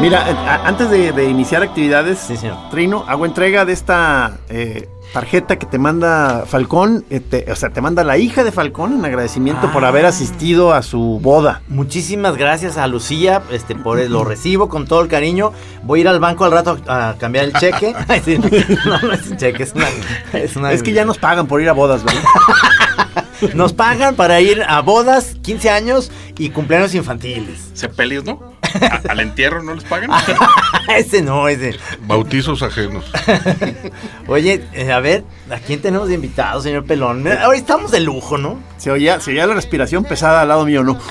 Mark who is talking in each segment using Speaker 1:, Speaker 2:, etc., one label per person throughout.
Speaker 1: Mira, eh, a- antes de, de iniciar actividades,
Speaker 2: Sí, señor.
Speaker 1: Trino, hago entrega de esta eh, tarjeta que te manda Falcón, eh, te- o sea, te manda la hija de Falcón en agradecimiento por
Speaker 2: Ah.
Speaker 1: haber asistido a su boda.
Speaker 2: Muchísimas gracias a Lucía, este, por lo recibo con todo el cariño. Voy a ir al banco al rato a a cambiar el cheque. Ay, sí, no, no es un cheque, es una, es una-
Speaker 1: Es que ya nos pagan por ir a bodas, ¿verdad?
Speaker 2: nos pagan para ir a bodas, 15 años y cumpleaños infantiles.
Speaker 3: Sepelios, ¿no? A- Al entierro no les pagan.
Speaker 2: ese no, ese.
Speaker 4: Bautizos ajenos.
Speaker 2: Oye, eh, a ver, ¿a quién tenemos de invitado, señor Pelón? Mira, Ahora estamos de lujo, ¿no?
Speaker 1: Se oía, se oía la respiración pesada al lado mío, ¿no?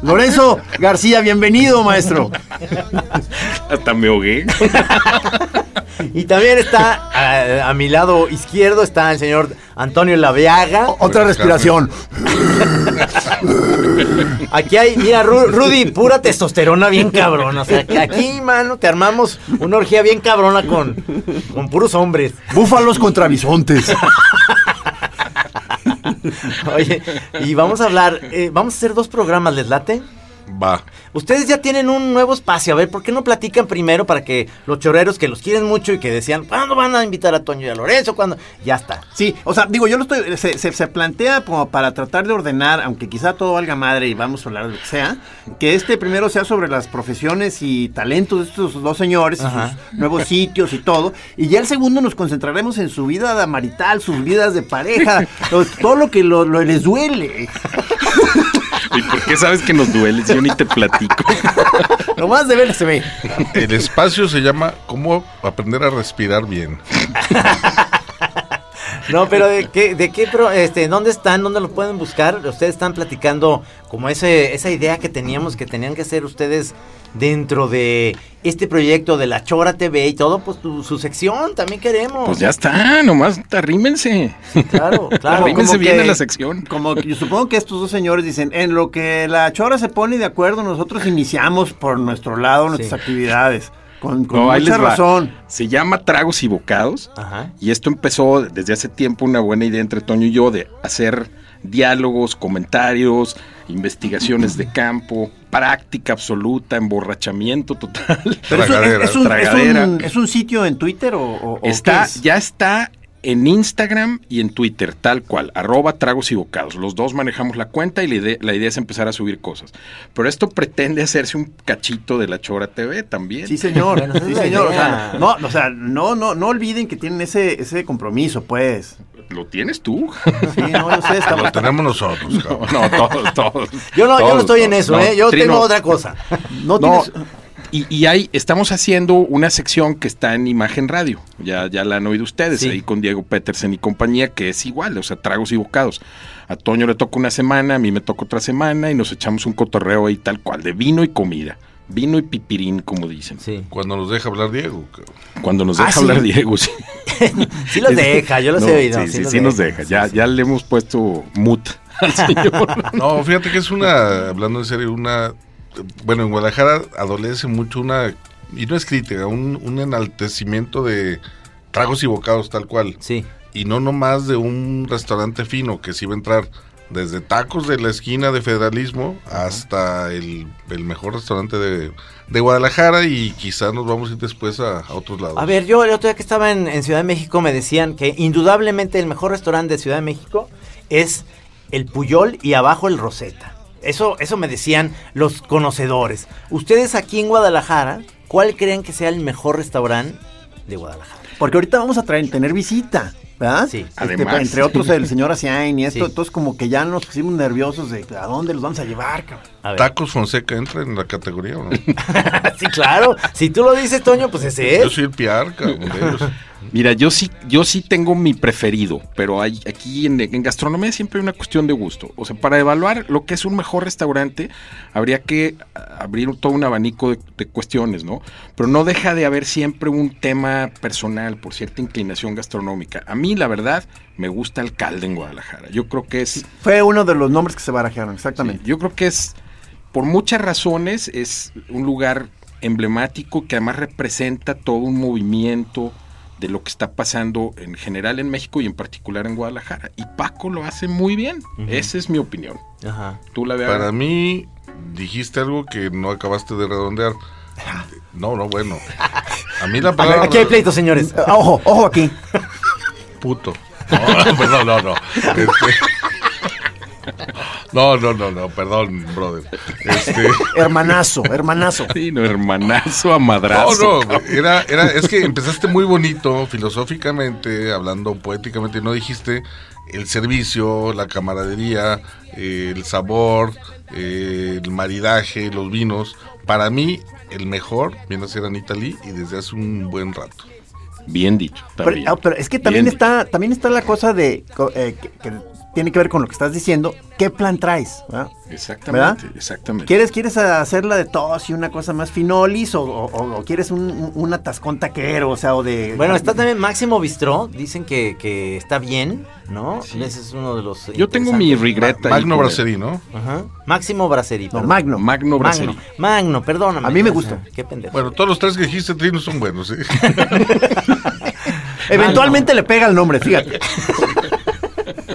Speaker 1: Lorenzo García, bienvenido, maestro.
Speaker 3: Hasta me ahogué.
Speaker 2: Y también está eh, a, a mi lado izquierdo está el señor Antonio Laviaga.
Speaker 1: Otra respiración.
Speaker 2: Aquí hay, mira, Ru- Rudy, pura testosterona bien cabrona. O sea, que aquí, mano, te armamos una orgía bien cabrona con, con puros hombres.
Speaker 1: Búfalos contra bisontes.
Speaker 2: Oye, y vamos a hablar, eh, vamos a hacer dos programas, ¿les late?
Speaker 4: Va.
Speaker 2: Ustedes ya tienen un nuevo espacio. A ver, ¿por qué no platican primero para que los chorreros que los quieren mucho y que decían, ¿cuándo van a invitar a Toño y a Lorenzo? ¿Cuándo? Ya está.
Speaker 1: Sí, o sea, digo, yo lo estoy. Se, se- se plantea como para tratar de ordenar, aunque quizá todo valga madre y vamos a hablar de lo que sea, que este primero sea sobre las profesiones y talentos de estos dos señores, y
Speaker 2: Ajá.
Speaker 1: sus nuevos sitios y todo. Y ya el segundo nos concentraremos en su vida marital, sus vidas de pareja, lo- todo lo que lo- lo les duele.
Speaker 3: ¿Y por qué sabes que nos duele si yo ni te platico?
Speaker 1: Lo más de ver se ve.
Speaker 4: El espacio se llama ¿Cómo aprender a respirar bien?
Speaker 2: No, pero ¿de qué, de qué pro- este, dónde están, dónde lo pueden buscar? Ustedes están platicando como ese, esa idea que teníamos, que tenían que hacer ustedes dentro de este proyecto de la Chora TV y todo, pues tu- su sección también queremos.
Speaker 3: Pues ya está, nomás arrímense.
Speaker 2: Claro, claro.
Speaker 1: Arriba.
Speaker 3: arrímense
Speaker 1: como
Speaker 3: bien
Speaker 1: que-
Speaker 3: a la sección.
Speaker 1: Como que- yo supongo que estos dos señores dicen, en lo que la chora se pone de acuerdo, nosotros iniciamos por nuestro lado nuestras
Speaker 2: Sí.
Speaker 1: actividades. Con, con
Speaker 3: No, ahí
Speaker 1: mucha
Speaker 3: les va.
Speaker 1: razón.
Speaker 3: Se llama Tragos y Bocados.
Speaker 2: Ajá.
Speaker 3: Y esto empezó desde hace tiempo una buena idea entre Toño y yo de hacer diálogos, comentarios, investigaciones de campo, práctica absoluta, emborrachamiento total.
Speaker 1: Pero es un- es, es un,
Speaker 4: Tragadera,
Speaker 1: es un-
Speaker 3: tragadera.
Speaker 1: es un sitio en Twitter o, o- o
Speaker 3: Está,
Speaker 1: qué es?
Speaker 3: ya está en Instagram y en Twitter, tal cual, arroba tragos y bocados. Los dos manejamos la cuenta y la ide- la idea, es empezar a subir cosas. Pero esto pretende hacerse un cachito de la Chora TV también.
Speaker 1: Sí, señor.
Speaker 2: Bueno, esa
Speaker 1: sí,
Speaker 2: es la
Speaker 1: señor. O
Speaker 2: idea.
Speaker 1: sea, no, o sea, no, no, no olviden que tienen ese, ese compromiso, pues.
Speaker 3: ¿Lo tienes tú?
Speaker 1: Sí, no, yo sé,
Speaker 4: Lo
Speaker 1: estamos-
Speaker 4: tenemos nosotros, cabrón.
Speaker 3: No, todos, todos.
Speaker 2: Yo no, yo no
Speaker 3: Todos,
Speaker 2: estoy en
Speaker 3: todos.
Speaker 2: eso,
Speaker 3: No,
Speaker 2: ¿eh? Yo
Speaker 3: Trino,
Speaker 2: tengo otra cosa.
Speaker 1: no
Speaker 3: No,
Speaker 1: tienes-
Speaker 3: y, y ahí estamos haciendo una sección que está en Imagen Radio. Ya, ya la han oído ustedes,
Speaker 2: Sí.
Speaker 3: ahí con Diego Petersen y compañía, que es igual, o sea, tragos y bocados. A Toño le toca una semana, a mí me toca otra semana y nos echamos un cotorreo ahí tal cual, de vino y comida. Vino y pipirín, como dicen.
Speaker 2: Sí.
Speaker 4: Cuando nos deja hablar Diego, cabrón.
Speaker 3: Cuando nos deja
Speaker 2: Ah, sí.
Speaker 3: hablar Diego, sí.
Speaker 2: Sí los deja, yo los
Speaker 3: No,
Speaker 2: he oído.
Speaker 3: Sí, sí, sí nos deja. Ya, ya le hemos puesto mute al señor.
Speaker 4: No, fíjate que es una, hablando en serio, una. Bueno, en Guadalajara adolece mucho una. Y no es crítica, un, un enaltecimiento de tragos y bocados tal cual.
Speaker 2: Sí.
Speaker 4: Y no nomás de un restaurante fino que sí va a entrar desde tacos de la esquina de federalismo hasta el, el mejor restaurante de, de Guadalajara y quizás nos vamos a ir después a, a otros lados.
Speaker 2: A ver, yo el otro día que estaba en, en Ciudad de México me decían que indudablemente el mejor restaurante de Ciudad de México es el Puyol y abajo el Rosetta. Eso, eso me decían los conocedores. Ustedes aquí en Guadalajara, ¿cuál creen que sea el mejor restaurante de Guadalajara?
Speaker 1: Porque ahorita vamos a traer, tener visita, ¿verdad?
Speaker 2: Sí.
Speaker 1: Este,
Speaker 3: Además.
Speaker 1: entre otros el señor Asiain y esto,
Speaker 2: Sí.
Speaker 1: entonces como que ya nos pusimos nerviosos de a dónde los vamos a llevar, cabrón.
Speaker 2: A ver.
Speaker 4: ¿Tacos Fonseca entra en la categoría o no?
Speaker 2: sí, claro. Si tú lo dices, Toño, pues ese
Speaker 4: Yo
Speaker 2: es.
Speaker 4: soy el piar, cabrón, de ellos.
Speaker 3: Mira, yo sí, yo sí tengo mi preferido, pero hay, aquí en, en gastronomía siempre hay una cuestión de gusto. O sea, para evaluar lo que es un mejor restaurante, habría que ah, abrir todo un abanico de, de cuestiones, ¿no? Pero no deja de haber siempre un tema personal por cierta inclinación gastronómica. A mí, la verdad, me gusta el caldo en Guadalajara. Yo creo que es...
Speaker 1: Fue uno de los nombres que se barajaron,
Speaker 3: Sí,
Speaker 1: exactamente.
Speaker 3: yo creo que es, por muchas razones, es un lugar emblemático que además representa todo un movimiento de lo que está pasando en general en México y en particular en Guadalajara. Y Paco lo hace muy bien. Esa es mi opinión.
Speaker 2: Ajá.
Speaker 3: Tú la veas.
Speaker 4: Para mí, dijiste algo que no acabaste de redondear. No, no, bueno. A mí la
Speaker 2: Ah. A ver,
Speaker 4: palabra...
Speaker 2: aquí hay pleito, señores.
Speaker 1: Ah, Ojo, ojo aquí.
Speaker 4: puto. No, pues no, no, no. Este- No, no, no, no, perdón, brother. Este,
Speaker 1: Hermanazo, hermanazo.
Speaker 3: Sí, no, hermanazo a
Speaker 4: no,
Speaker 3: madrazo.
Speaker 4: no,
Speaker 3: cabrón.
Speaker 4: era, era, es que empezaste muy bonito, filosóficamente, hablando poéticamente, y no dijiste el servicio, la camaradería, eh, el sabor, eh, el maridaje, los vinos. Para mí, el mejor viene a ser Anita Lee y desde hace un buen rato.
Speaker 3: Bien dicho. está
Speaker 1: Pero,
Speaker 3: bien.
Speaker 1: ah, pero es que también
Speaker 3: Bien dicho.
Speaker 1: está, también está la cosa de co- eh, que, que tiene que ver con lo que estás diciendo. ¿Qué plan traes? ¿verdad?
Speaker 3: Exactamente,
Speaker 1: ¿Verdad?
Speaker 3: exactamente.
Speaker 1: ¿Quieres, ¿Quieres hacerla de tos y una cosa más finolis o, o- o- o quieres un, un- un atascón taquero? O sea, o de.
Speaker 2: Bueno, está también Máximo Bistró. Dicen que, que está bien, ¿no? Ese es uno de los.
Speaker 3: Yo tengo mi
Speaker 2: interesantes.
Speaker 3: regret. ahí
Speaker 4: Magno
Speaker 3: con el-
Speaker 4: Brasserie, ¿no?
Speaker 2: Ajá. Máximo Braceri.
Speaker 1: No, Magno.
Speaker 3: Magno Brasserie.
Speaker 2: Magno, Magno, perdóname.
Speaker 1: A mí me
Speaker 2: O sea,
Speaker 1: gusta.
Speaker 2: Qué pendejo.
Speaker 4: Bueno, todos los tres que dijiste, Trino, son buenos, ¿eh?
Speaker 1: Eventualmente le pega el nombre, fíjate.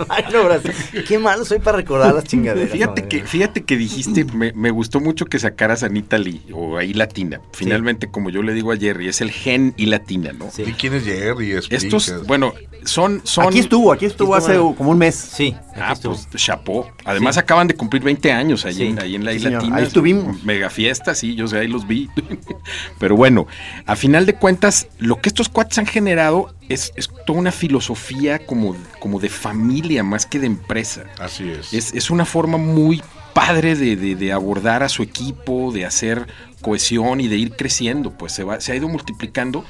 Speaker 2: Magno Braseri. Qué malo soy para recordar las chingaderas.
Speaker 3: Fíjate
Speaker 2: no,
Speaker 3: que, fíjate que dijiste, me, me gustó mucho que sacaras a Anita Lee, o ahí Latina. Finalmente, como yo le digo a Jerry, es el gen y Latina, ¿no?
Speaker 2: Sí.
Speaker 4: ¿Y quién es Jerry? Explicas.
Speaker 3: Estos, bueno, son, son.
Speaker 1: Aquí estuvo, aquí estuvo
Speaker 2: Aquí
Speaker 1: hace
Speaker 2: estuvo.
Speaker 1: uh, como un mes.
Speaker 2: Sí. aquí
Speaker 3: Ah,
Speaker 2: estuvo.
Speaker 3: pues chapó. Además acaban de cumplir 20 años ahí,
Speaker 2: Sí.
Speaker 3: en, ahí en la
Speaker 1: Sí,
Speaker 3: isla
Speaker 1: señor.
Speaker 3: Latina.
Speaker 1: Ahí estuvimos.
Speaker 3: Mega fiesta, sí, yo sé, ahí los vi. Pero bueno, a final de cuentas, lo que estos cuates han generado es, es toda una filosofía como, como de familia más que de empresa.
Speaker 4: Así es.
Speaker 3: Es, es una forma muy padre de, de- de abordar a su equipo, de hacer cohesión y de ir creciendo. Pues se, va, se ha ido multiplicando,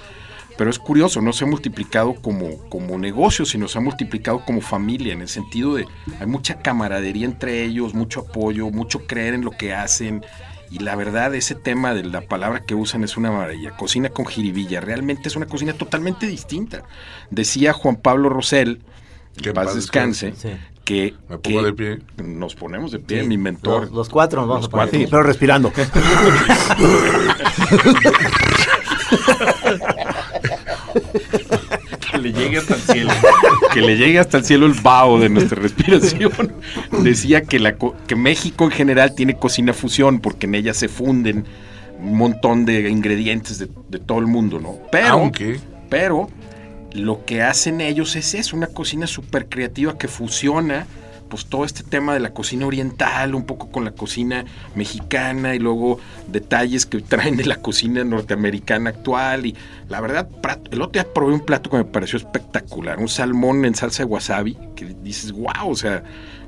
Speaker 3: pero es curioso, no se ha multiplicado como, como negocio, sino se ha multiplicado como familia, en el sentido de hay mucha camaradería entre ellos, mucho apoyo, mucho creer en lo que hacen. Y la verdad, ese tema de la palabra que usan es una maravilla. Cocina con jiribilla. Realmente es una cocina totalmente distinta. Decía Juan Pablo Rosell,
Speaker 4: Que
Speaker 3: que
Speaker 4: en
Speaker 3: paz
Speaker 4: paz
Speaker 3: descanse,
Speaker 2: descanse. Sí.
Speaker 3: que,
Speaker 4: Me pongo
Speaker 3: que
Speaker 4: de pie.
Speaker 3: nos ponemos de pie,
Speaker 2: Sí.
Speaker 3: mi mentor.
Speaker 2: Los, los cuatro nos vamos
Speaker 3: Los
Speaker 2: a poner.
Speaker 3: cuatro.
Speaker 1: Sí, pero respirando.
Speaker 3: que le llegue hasta el cielo. que le llegue hasta el cielo el vaho de nuestra respiración. Decía que, la, co- que México en general tiene cocina fusión, porque en ella se funden un montón de ingredientes de, de todo el mundo, ¿no? Pero,
Speaker 4: Aunque-
Speaker 3: pero lo que hacen ellos es eso, una cocina súper creativa que fusiona pues todo este tema de la cocina oriental, un poco con la cocina mexicana y luego detalles que traen de la cocina norteamericana actual. Y la verdad, prat- el otro día probé un plato que me pareció espectacular, un salmón en salsa de wasabi, que dices, wow, o sea,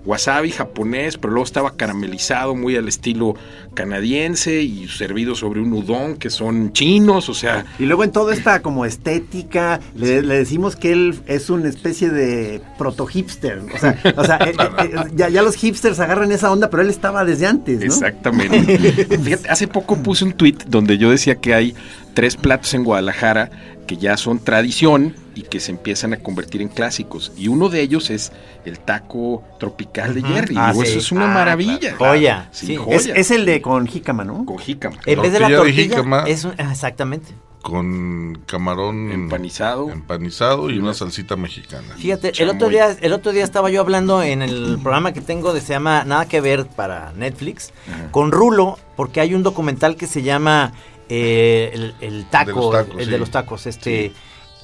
Speaker 3: wasabi japonés, pero luego estaba caramelizado muy al estilo canadiense y servido sobre un udon que son chinos, o sea,
Speaker 1: Y luego en toda esta como estética, le, le decimos que él es una especie de proto-hipster. O sea, o sea, eh, eh, eh, ya, ya los hipsters agarran esa onda, pero él estaba desde antes, ¿no?
Speaker 3: Exactamente. Fíjate, hace poco puse un tweet donde yo decía que hay tres platos en Guadalajara que ya son tradición y que se empiezan a convertir en clásicos. Y uno de ellos es el taco tropical de Jerry.
Speaker 2: Ah,
Speaker 3: Digo,
Speaker 2: sí.
Speaker 3: Eso es una
Speaker 2: Ah,
Speaker 3: maravilla.
Speaker 2: claro. Joya,
Speaker 3: Sí,
Speaker 2: sí.
Speaker 3: joya.
Speaker 1: Es, es el de con jícama, ¿no?
Speaker 3: Con jícama.
Speaker 2: En vez de la
Speaker 4: Tortilla de
Speaker 2: tortilla,
Speaker 4: jícama.
Speaker 2: es un- ah, exactamente.
Speaker 4: con camarón
Speaker 3: Empanizado.
Speaker 4: empanizado y una salsita mexicana.
Speaker 2: Fíjate, el
Speaker 3: Chamoy.
Speaker 2: otro día, el otro día estaba yo hablando en el programa que tengo de se llama Nada que ver para Netflix con Rulo, porque hay un documental que se llama eh, el, el taco,
Speaker 4: tacos,
Speaker 2: el
Speaker 4: sí.
Speaker 2: de los tacos, este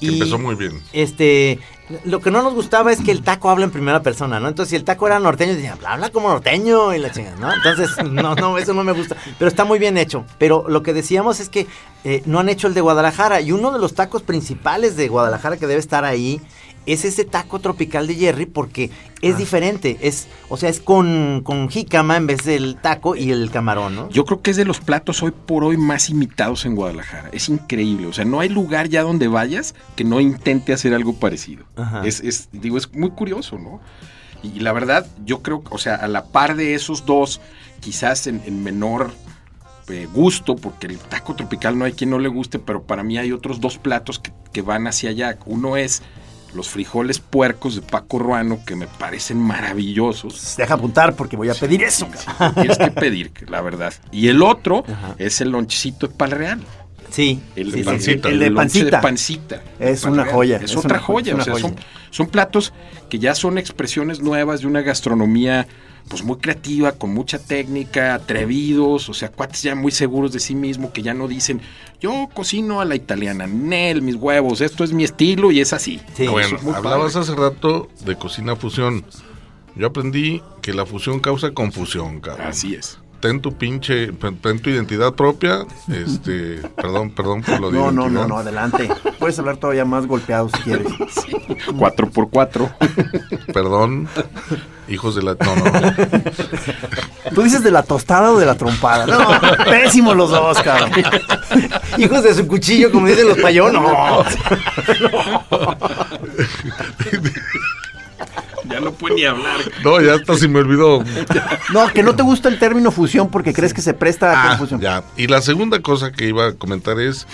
Speaker 4: Que empezó muy bien.
Speaker 2: Este, Lo que no nos gustaba es que el taco habla en primera persona, ¿no? Entonces, si el taco era norteño, decían, habla como norteño y la chingada, ¿no? Entonces, no, no, eso no me gusta. Pero está muy bien hecho. Pero lo que decíamos es que eh, no han hecho el de Guadalajara. Y uno de los tacos principales de Guadalajara que debe estar ahí es ese taco tropical de Jerry porque es
Speaker 3: Ah.
Speaker 2: diferente. Es, o sea, es con, con jícama en vez del taco y el camarón, ¿no?
Speaker 3: Yo creo que es de los platos hoy por hoy más imitados en Guadalajara. Es increíble. O sea, no hay lugar ya donde vayas que no intente hacer algo parecido.
Speaker 2: Ajá.
Speaker 3: Es, es- digo, es muy curioso, ¿no? Y la verdad, yo creo, o sea, a la par de esos dos, quizás en, en menor eh, gusto, porque el taco tropical no hay quien no le guste, pero para mí hay otros dos platos que, que van hacia allá. Uno es los frijoles puercos de Paco Ruano, que me parecen maravillosos.
Speaker 1: Deja apuntar porque voy a pedir eso.
Speaker 3: Sí, sí, lo tienes que pedir, la verdad. Y el otro es el lonchecito de pan real.
Speaker 2: Sí.
Speaker 3: El,
Speaker 4: sí, sí.
Speaker 3: pancita,
Speaker 1: El de
Speaker 3: lonche
Speaker 1: pancita.
Speaker 3: pancita.
Speaker 1: Es
Speaker 3: Pan
Speaker 1: una
Speaker 3: real.
Speaker 1: joya,
Speaker 3: Es,
Speaker 1: es
Speaker 3: otra
Speaker 1: una joya, es
Speaker 3: joya. o
Speaker 1: una
Speaker 3: sea,
Speaker 1: joya.
Speaker 3: son, son platos que ya son expresiones nuevas de una gastronomía pues muy creativa, con mucha técnica, atrevidos, o sea, cuates ya muy seguros de sí mismo, que ya no dicen, yo cocino a la italiana, Nel, mis huevos, esto es mi estilo y es así.
Speaker 2: Sí.
Speaker 3: Eso
Speaker 4: bueno,
Speaker 3: es muy
Speaker 4: hablabas
Speaker 3: padre.
Speaker 4: hace rato de cocina fusión. Yo aprendí que la fusión causa confusión, cabrón.
Speaker 3: Así es.
Speaker 4: Ten tu pinche, ten tu identidad propia. Este, perdón, perdón por lo de
Speaker 1: No, no, no,
Speaker 4: identidad.
Speaker 1: no, adelante. Puedes hablar todavía más golpeado si quieres.
Speaker 3: Cuatro por cuatro.
Speaker 4: Perdón, hijos de la. No, no.
Speaker 1: ¿Tú dices de la tostada o de la trompada? No, pésimos los dos, cabrón.
Speaker 2: Hijos de su cuchillo, como dicen los payonos.
Speaker 3: ya no puedo ni hablar.
Speaker 4: No, ya hasta se me olvidó.
Speaker 1: No, que no te gusta el término fusión porque crees que se presta a
Speaker 4: Ah,
Speaker 1: confusión.
Speaker 4: ya. Y la segunda cosa que iba a comentar es,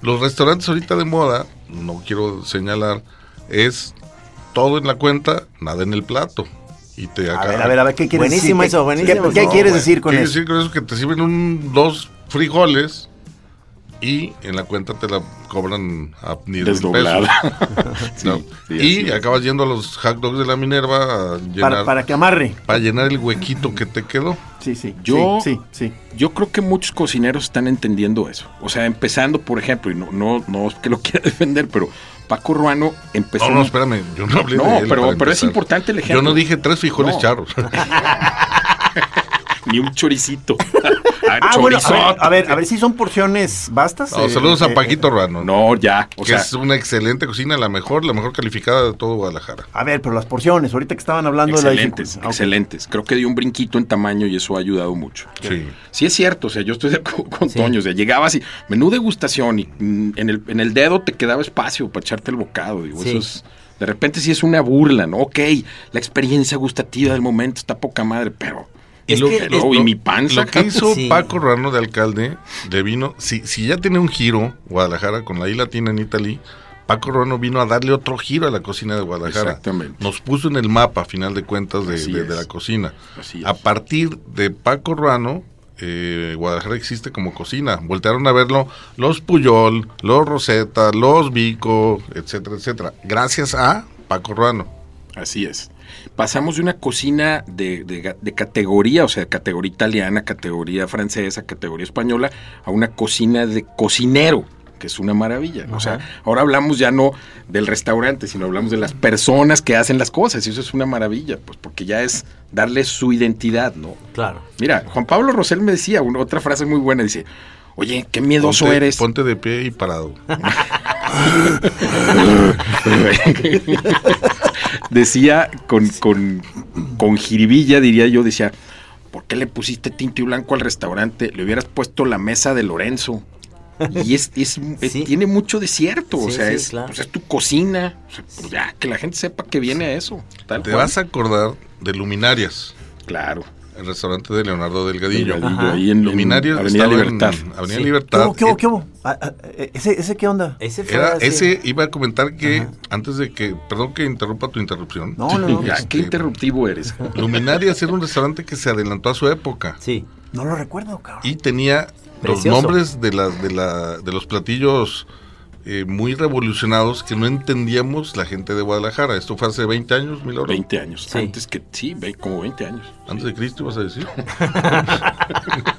Speaker 4: los restaurantes ahorita de moda, no quiero señalar, es todo en la cuenta, nada en el plato. Y te
Speaker 1: A ver, a ver, a ver, ¿qué quieres
Speaker 2: Buenísimo
Speaker 1: decir?
Speaker 2: eso,
Speaker 1: ¿Qué-
Speaker 2: buenísimo.
Speaker 1: ¿Qué, qué
Speaker 2: No,
Speaker 1: quieres
Speaker 2: bueno.
Speaker 1: decir con
Speaker 4: Quiere
Speaker 1: eso?
Speaker 4: decir con eso que te sirven un, dos frijoles y en la cuenta te la cobran a ni de pesos.
Speaker 3: Desdoblada. Sí,
Speaker 4: No.
Speaker 3: sí, así
Speaker 4: y
Speaker 3: es.
Speaker 4: acabas yendo a los hot dogs de la Minerva a llenar,
Speaker 1: Para, para que amarre.
Speaker 4: para llenar el huequito que te quedó.
Speaker 1: Sí, sí.
Speaker 3: Yo-
Speaker 1: Sí, sí.
Speaker 3: Yo creo que muchos cocineros están entendiendo eso. O sea, empezando, por ejemplo, y no, no, no es que lo quiera defender, pero Paco Ruano empezó.
Speaker 4: No, no, espérame, yo no hablé
Speaker 3: pues, No,
Speaker 4: de él
Speaker 3: pero-
Speaker 4: para
Speaker 3: pero es
Speaker 4: empezar.
Speaker 3: importante el
Speaker 4: Yo
Speaker 3: ejemplo.
Speaker 4: no dije tres frijoles
Speaker 3: No.
Speaker 4: charros. Ah,
Speaker 3: Ni un choricito. Ah,
Speaker 1: Ah, bueno, a ver,
Speaker 3: chorizote.
Speaker 1: a ver, a ver si son porciones bastas.
Speaker 4: No,
Speaker 1: eh,
Speaker 4: saludos
Speaker 1: eh,
Speaker 4: a Paquito Rano.
Speaker 3: No, ya. O
Speaker 4: que
Speaker 3: sea,
Speaker 4: es una excelente cocina, la mejor, la mejor calificada de todo Guadalajara.
Speaker 1: A ver, pero las porciones, ahorita que estaban hablando
Speaker 3: excelentes,
Speaker 1: de la dificultad.
Speaker 3: excelentes. Creo que dio un brinquito en tamaño y eso ha ayudado mucho.
Speaker 4: Sí.
Speaker 3: Sí es cierto, o sea, yo estoy de acuerdo con Toño, o sea, llegabas y menú degustación y mm, en el, en el dedo te quedaba espacio para echarte el bocado, digo,
Speaker 2: Sí.
Speaker 3: eso es, de repente sí es una burla, ¿no? Ok, la experiencia gustativa del momento está poca madre, pero...
Speaker 2: Es
Speaker 3: lo-
Speaker 2: que-
Speaker 3: lo-
Speaker 2: es-
Speaker 3: y mi panza...
Speaker 4: Lo que hizo
Speaker 2: Sí.
Speaker 4: Paco Rano de alcalde de vino, si, si ya tiene un giro Guadalajara con la I latina en Italy, Paco Rano vino a darle otro giro a la cocina de Guadalajara.
Speaker 3: Exactamente.
Speaker 4: Nos puso en el mapa, a final de cuentas, de,
Speaker 3: Así
Speaker 4: de-
Speaker 3: es.
Speaker 4: de la cocina.
Speaker 3: Así es.
Speaker 4: A partir de Paco Ruano, eh, Guadalajara existe como cocina. Voltearon a verlo los Puyol, los Rosetta, los Vico, etcétera, etcétera. Gracias a Paco Ruano.
Speaker 3: Así es. Pasamos de una cocina de, de ga- de categoría, o sea, categoría italiana, categoría francesa, categoría española, a una cocina de cocinero, que es una maravilla. ¿no? O sea, ahora hablamos ya no del restaurante, sino hablamos de las personas que hacen las cosas, y eso es una maravilla, pues porque ya es darle su identidad, ¿no?
Speaker 2: Claro.
Speaker 3: Mira, Juan Pablo Rosell me decía una, otra frase muy buena, dice, oye, qué miedoso
Speaker 4: Ponte-
Speaker 3: eres.
Speaker 4: Ponte de pie y parado.
Speaker 3: decía con, con, con jiribilla, diría yo, decía, ¿por qué le pusiste tinto y blanco al restaurante? Le hubieras puesto la mesa de Lorenzo. Y es, es- es-
Speaker 2: Sí.
Speaker 3: tiene mucho de cierto, o
Speaker 2: Sí,
Speaker 3: sea,
Speaker 2: sí,
Speaker 3: es,
Speaker 2: claro.
Speaker 3: pues, es tu cocina, o sea, pues, ya, que la gente sepa que viene a eso. Tal
Speaker 4: Te
Speaker 3: cual.
Speaker 4: vas a acordar de Luminarias,
Speaker 3: Claro.
Speaker 4: el restaurante de Leonardo Delgadillo.
Speaker 3: Delgadillo, ahí en- en
Speaker 4: Luminarias
Speaker 3: Avenida
Speaker 4: estaba en
Speaker 3: Libertad.
Speaker 4: Avenida
Speaker 2: Sí.
Speaker 1: ¿Qué
Speaker 4: Libertad.
Speaker 1: hubo, qué hubo, qué hubo? Ah, ah, eh, ¿Ese, ese qué onda?
Speaker 2: Ese fue
Speaker 4: Era,
Speaker 2: así.
Speaker 4: ese iba a comentar que antes de que, perdón que interrumpa tu interrupción.
Speaker 1: No, no, no.
Speaker 3: Ya,
Speaker 4: Este,
Speaker 3: qué interruptivo eres.
Speaker 4: Luminarias era un restaurante que se adelantó a su época
Speaker 2: Sí.
Speaker 1: No lo recuerdo, cabrón.
Speaker 4: y tenía
Speaker 2: Precioso.
Speaker 4: los nombres de las de la de los platillos eh, muy revolucionados que no entendíamos la gente de Guadalajara. Esto fue hace 20 años, mil
Speaker 3: 20 años.
Speaker 2: Sí.
Speaker 3: Antes que, sí, ve- como 20 años.
Speaker 4: Antes de Cristo ibas a decir.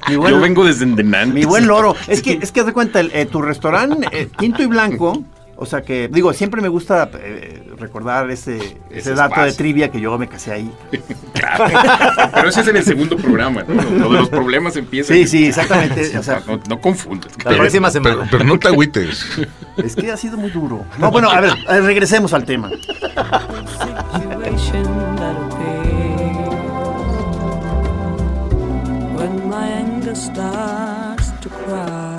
Speaker 1: Mi buen-
Speaker 3: yo vengo desde Denantes.
Speaker 1: Mi buen loro. Es que, es que haz de cuenta, el, eh, tu restaurante eh, Tinto y Blanco, o O sea que, digo, siempre me gusta eh, recordar ese, ese,
Speaker 3: Ese
Speaker 1: dato de
Speaker 3: espacio.
Speaker 1: trivia que yo me casé ahí.
Speaker 3: Pero ese es en el segundo programa, ¿no? Lo de los problemas empieza.
Speaker 1: Sí, sí, exactamente. O sea,
Speaker 3: No, no confundas.
Speaker 2: La próxima semana.
Speaker 4: Pero, pero no te agüites.
Speaker 1: es que ha sido muy duro. No, bueno, a ver, eh, regresemos al tema.
Speaker 5: situation that appears when my anger starts to cry.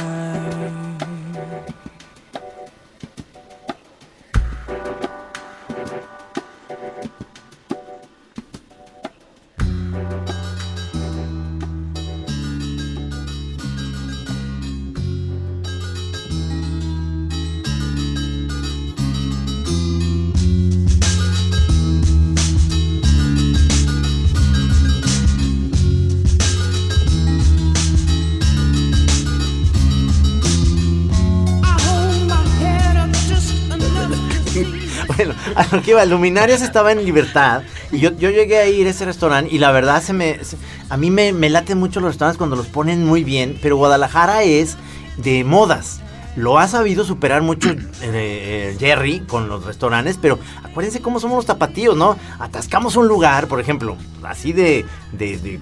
Speaker 5: I hold my head up just enough to see.
Speaker 2: Bueno, a lo que iba, Luminarias estaba en libertad. Y yo, yo llegué a ir a ese restaurante y la verdad se me. se- a mí me, me laten mucho los restaurantes cuando los ponen muy bien. Pero Guadalajara es de modas. Lo ha sabido superar mucho eh, eh, Jerry con los restaurantes, pero acuérdense cómo somos los tapatíos, ¿no? Atascamos un lugar, por ejemplo, así de- de- de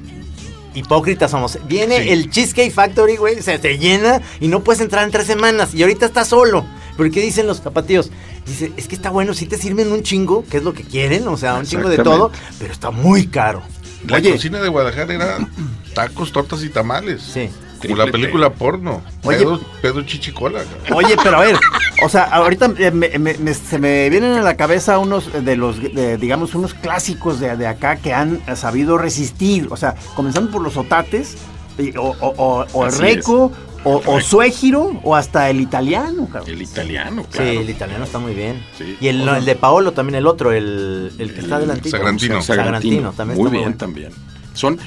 Speaker 2: Hipócritas somos. Viene el Cheesecake Factory, güey, se, se llena y no puedes entrar en tres semanas. Y ahorita está solo. ¿Pero qué dicen los zapatillos? Dice, es que está bueno, si te sirven un chingo, que es lo que quieren, o sea, un chingo de todo, pero está muy caro.
Speaker 4: La
Speaker 2: Oye,
Speaker 4: cocina de Guadalajara era tacos, tortas y tamales.
Speaker 2: Sí.
Speaker 4: Como la
Speaker 3: Triple T.
Speaker 4: película porno.
Speaker 1: Oye.
Speaker 4: Pedro, Pedro Chichicola. cabrón.
Speaker 1: Oye, pero a ver, o sea, ahorita eh, me- me- me- se me vienen a la cabeza unos eh, de los, de, digamos, unos clásicos de, de acá que han eh, sabido resistir. O sea, comenzando por los otates, y- o, o- o- o el
Speaker 3: Así
Speaker 1: reco, o, o
Speaker 3: Correcto.
Speaker 1: suéjiro, o hasta el italiano, cabrón.
Speaker 3: El italiano,
Speaker 2: Sí,
Speaker 3: claro.
Speaker 2: el italiano está muy bien.
Speaker 3: Sí.
Speaker 2: Y el, el de Paolo también, el otro, el, el que está adelantito.
Speaker 4: Sagrantino.
Speaker 2: Sagrantino, también
Speaker 3: muy
Speaker 2: está
Speaker 3: bien,
Speaker 2: muy bueno.
Speaker 3: también. Son,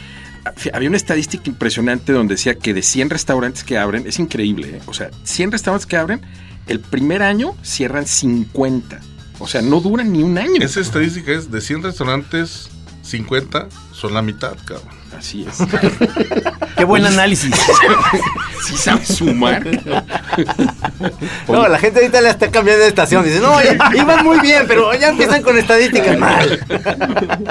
Speaker 3: fí- había una estadística impresionante donde decía que de 100 restaurantes que abren, es increíble, ¿eh? o sea, 100 restaurantes que abren, el primer año cierran 50. O sea, no duran ni un año.
Speaker 4: Esa estadística es de 100 restaurantes, 50 son la mitad, cabrón.
Speaker 3: Así es.
Speaker 1: Qué buen análisis.
Speaker 3: sí sabes sumar.
Speaker 2: No, la gente ahorita le está cambiando de estación. Dice, no, oye, iban muy bien, pero ya empiezan con estadísticas mal.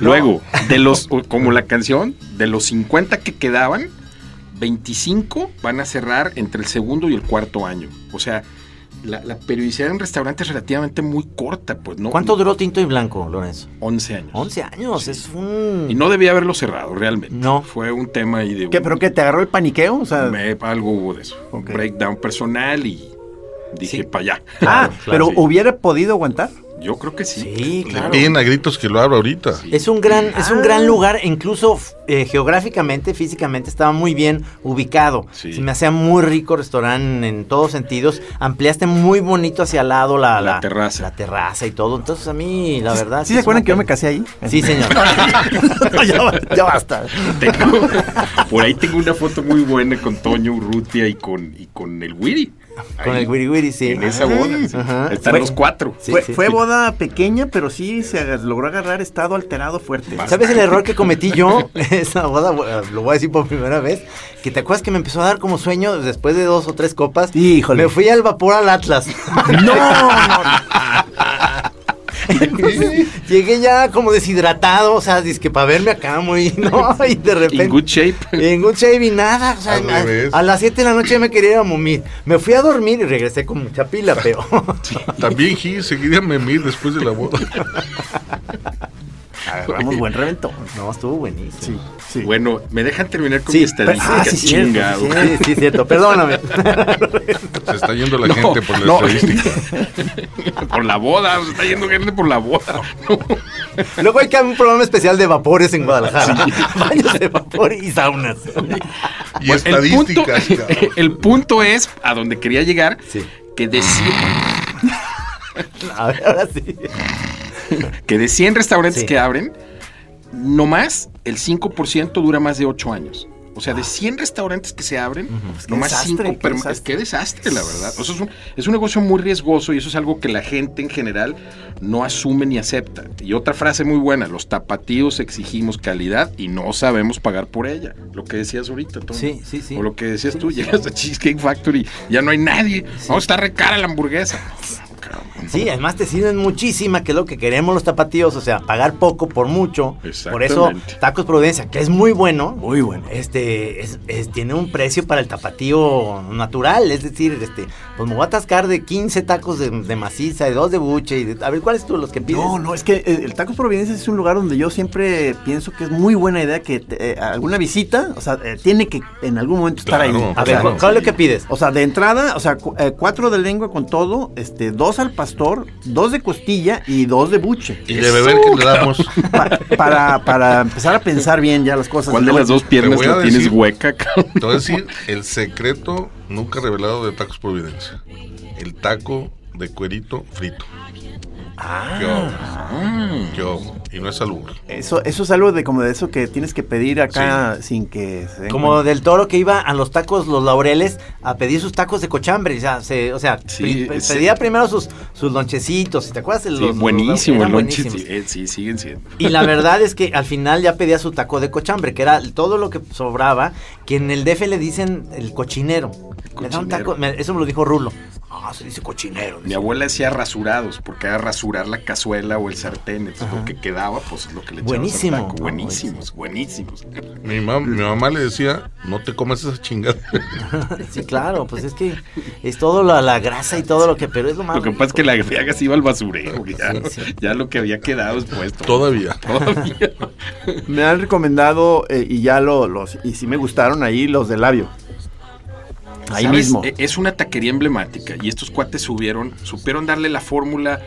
Speaker 3: Luego, de los, o como la canción, de los 50 que quedaban, 25 van a cerrar entre el segundo y el cuarto año. O sea, la, la periodicidad en restaurantes es relativamente muy corta, pues no.
Speaker 2: ¿Cuánto duró Tinto y Blanco, Lorenzo?
Speaker 3: 11 años.
Speaker 2: 11 años, es un...
Speaker 3: Y no debía haberlo cerrado, realmente.
Speaker 2: No.
Speaker 3: Fue un tema ahí de...
Speaker 1: ¿Qué,
Speaker 3: un-
Speaker 1: ¿Pero qué? ¿Te agarró el paniqueo? O sea,
Speaker 3: me- algo hubo de eso. Un
Speaker 1: Ok.
Speaker 3: breakdown personal y dije,
Speaker 2: Sí.
Speaker 3: para allá.
Speaker 1: ah,
Speaker 2: claro,
Speaker 1: pero
Speaker 2: sí.
Speaker 1: ¿hubiera podido aguantar?
Speaker 3: Yo creo que sí.
Speaker 2: Sí, claro.
Speaker 4: Le piden a gritos que lo abra ahorita.
Speaker 2: Es un gran, es un gran lugar, incluso f- eh, geográficamente, físicamente, estaba muy bien ubicado.
Speaker 3: Sí.
Speaker 2: Se me hacía muy rico restaurante en todos sentidos. Ampliaste muy bonito hacia al lado la,
Speaker 3: La terraza.
Speaker 2: La terraza y todo. Entonces a mí, la verdad.
Speaker 1: ¿Sí se acuerdan que yo me
Speaker 2: casé?
Speaker 1: casé ahí?
Speaker 2: Sí, señor.
Speaker 1: ya, ba- ya basta.
Speaker 3: Tengo- por ahí tengo una foto muy buena con Toño Urrutia y con, y con el Wiri.
Speaker 2: Con
Speaker 3: Ahí,
Speaker 2: el wiri wiri, sí.
Speaker 3: En esa boda. sí.
Speaker 2: Ajá.
Speaker 3: Están
Speaker 2: Fue-
Speaker 3: los cuatro.
Speaker 2: Sí,
Speaker 1: fue,
Speaker 2: sí.
Speaker 1: fue boda pequeña, pero sí se aga- logró agarrar estado alterado fuerte.
Speaker 2: ¿Sabes el error que cometí yo? Esa boda, bueno, lo voy a decir por primera vez. Que te acuerdas que me empezó a dar como sueño después de dos o tres copas.
Speaker 1: Híjole.
Speaker 2: Me fui al vapor al Atlas.
Speaker 1: No, no,
Speaker 2: Entonces, llegué ya como deshidratado, o sea, que para verme acá muy, ¿no? Y de repente. eh,
Speaker 3: In good shape.
Speaker 2: En good shape y nada, o sea,
Speaker 4: Al revés.
Speaker 2: a, a las 7 de la noche me quería ir a momir. Me fui a dormir y regresé con mucha pila, pero.
Speaker 4: También Gil seguiría Memir después de la boda.
Speaker 1: Agarramos buen reventón.
Speaker 2: no, estuvo buenísimo. Sí,
Speaker 1: Sí.
Speaker 3: Bueno, me dejan terminar con
Speaker 2: Sí,
Speaker 3: mi
Speaker 2: pero-
Speaker 3: estadística.
Speaker 1: ah, sí, sí,
Speaker 3: chingado.
Speaker 2: sí, sí, cierto, perdóname.
Speaker 4: Se está yendo la
Speaker 3: No,
Speaker 4: gente por la
Speaker 3: no.
Speaker 4: estadística.
Speaker 3: por la boda. Se está yendo gente por la boda. No.
Speaker 2: Luego hay que hacer un programa especial de vapores en Guadalajara. Baños de vapor y saunas.
Speaker 4: Y
Speaker 3: Bueno, el punto,
Speaker 4: estadísticas, cabrón.
Speaker 3: el punto es a donde quería llegar.
Speaker 2: Sí.
Speaker 3: Que de, cien,
Speaker 2: A ver, ahora sí.
Speaker 3: que de 100 restaurantes
Speaker 2: Sí.
Speaker 3: que abren, nomás el 5% dura más de 8 años. O sea, de 100 restaurantes que se abren, pues,
Speaker 1: qué
Speaker 3: nomás
Speaker 1: desastre,
Speaker 3: 5
Speaker 1: qué
Speaker 3: permanecen.
Speaker 1: desastre.
Speaker 3: Qué desastre, la verdad. O sea, es, un, es un negocio muy riesgoso y eso es algo que la gente en general no asume ni acepta. Y otra frase muy buena, los tapatíos exigimos calidad y no sabemos pagar por ella. Lo que decías ahorita, Tom.
Speaker 2: Sí, sí, sí.
Speaker 3: O lo que decías tú, llegas a Cheesecake Factory, ya no hay nadie. No, está re cara la hamburguesa.
Speaker 2: Sí, además te sirven muchísima, que es lo que queremos los tapatíos, o sea, pagar poco por mucho. Por eso,
Speaker 3: Exactamente.
Speaker 2: Tacos Providencia, que es muy bueno.
Speaker 1: Muy bueno.
Speaker 2: Este, es- es- tiene un precio para el tapatío natural, es decir, este, pues me voy a atascar de 15 tacos de, de maciza, de dos de buche, y de- a ver, ¿cuáles tú los que pides?
Speaker 1: No, no, es que eh, el Tacos Providencia es un lugar donde yo siempre pienso que es muy buena idea que te- eh, alguna visita, o sea, eh, tiene que en algún momento estar
Speaker 4: Claro,
Speaker 1: ahí.
Speaker 2: A
Speaker 1: O
Speaker 2: ver,
Speaker 1: sea,
Speaker 4: claro.
Speaker 2: ¿cu- ¿cuál es lo que pides?
Speaker 1: O sea, de entrada, o sea, cu- eh, cuatro de lengua con todo, este, dos al pastor, dos de costilla y dos de buche.
Speaker 4: Y de beber que le damos.
Speaker 1: Pa- para, para empezar a pensar bien ya las
Speaker 2: Pues
Speaker 1: cosas.
Speaker 3: ¿Cuál de
Speaker 1: No,
Speaker 3: las dos piernas
Speaker 4: voy a
Speaker 3: la tienes
Speaker 4: decir-
Speaker 3: hueca, cabrón?
Speaker 4: Te voy a decir el secreto nunca revelado de Tacos Providencia. El taco de cuerito frito. Qué
Speaker 3: Ah.
Speaker 2: Ah,
Speaker 4: obo. Qué obo. Y no es albur.
Speaker 1: Eso, eso es algo de como de eso que tienes que pedir acá sin que se den
Speaker 2: Como del toro que iba a los tacos, los laureles, a pedir sus tacos de cochambre. O sea, se- o sea
Speaker 3: Sí,
Speaker 2: pri- pe-
Speaker 3: ese-
Speaker 2: pedía primero sus, sus lonchecitos. ¿Te acuerdas? de
Speaker 3: Sí,
Speaker 2: los- los-
Speaker 3: buenísimo
Speaker 2: eran
Speaker 3: el lonche.
Speaker 2: buenísimos.
Speaker 3: sí, eh, Sí, siguen siendo.
Speaker 2: Y la verdad es que al final ya pedía su taco de cochambre, que era todo lo que sobraba, que en el DF le dicen el cochinero. Me da un taco- me- eso me lo dijo Rulo. Ah, se dice cochinero.
Speaker 3: Mi
Speaker 2: dice.
Speaker 3: abuela hacía rasurados, porque era rasurar la cazuela o el sartén. Entonces, lo que quedaba, pues lo que le echabas
Speaker 2: Buenísimo.
Speaker 3: al taco. Buenísimos, buenísimos.
Speaker 4: Mi, mam- mi mamá le decía, no te comas esa chingada.
Speaker 2: Sí, claro, pues es que es todo la, la grasa y todo lo que, pero es lo más.
Speaker 3: Lo que pasa es que la viaga se iba al basurero. Ya,
Speaker 2: Sí,
Speaker 3: ya lo que había quedado es puesto.
Speaker 4: Todavía.
Speaker 3: Todavía.
Speaker 1: Me han recomendado eh, y ya lo, los y sí me gustaron ahí los de labio. Ahí
Speaker 3: ¿Sabes?
Speaker 1: mismo.
Speaker 3: E- Es una taquería emblemática y estos cuates subieron, supieron darle la fórmula,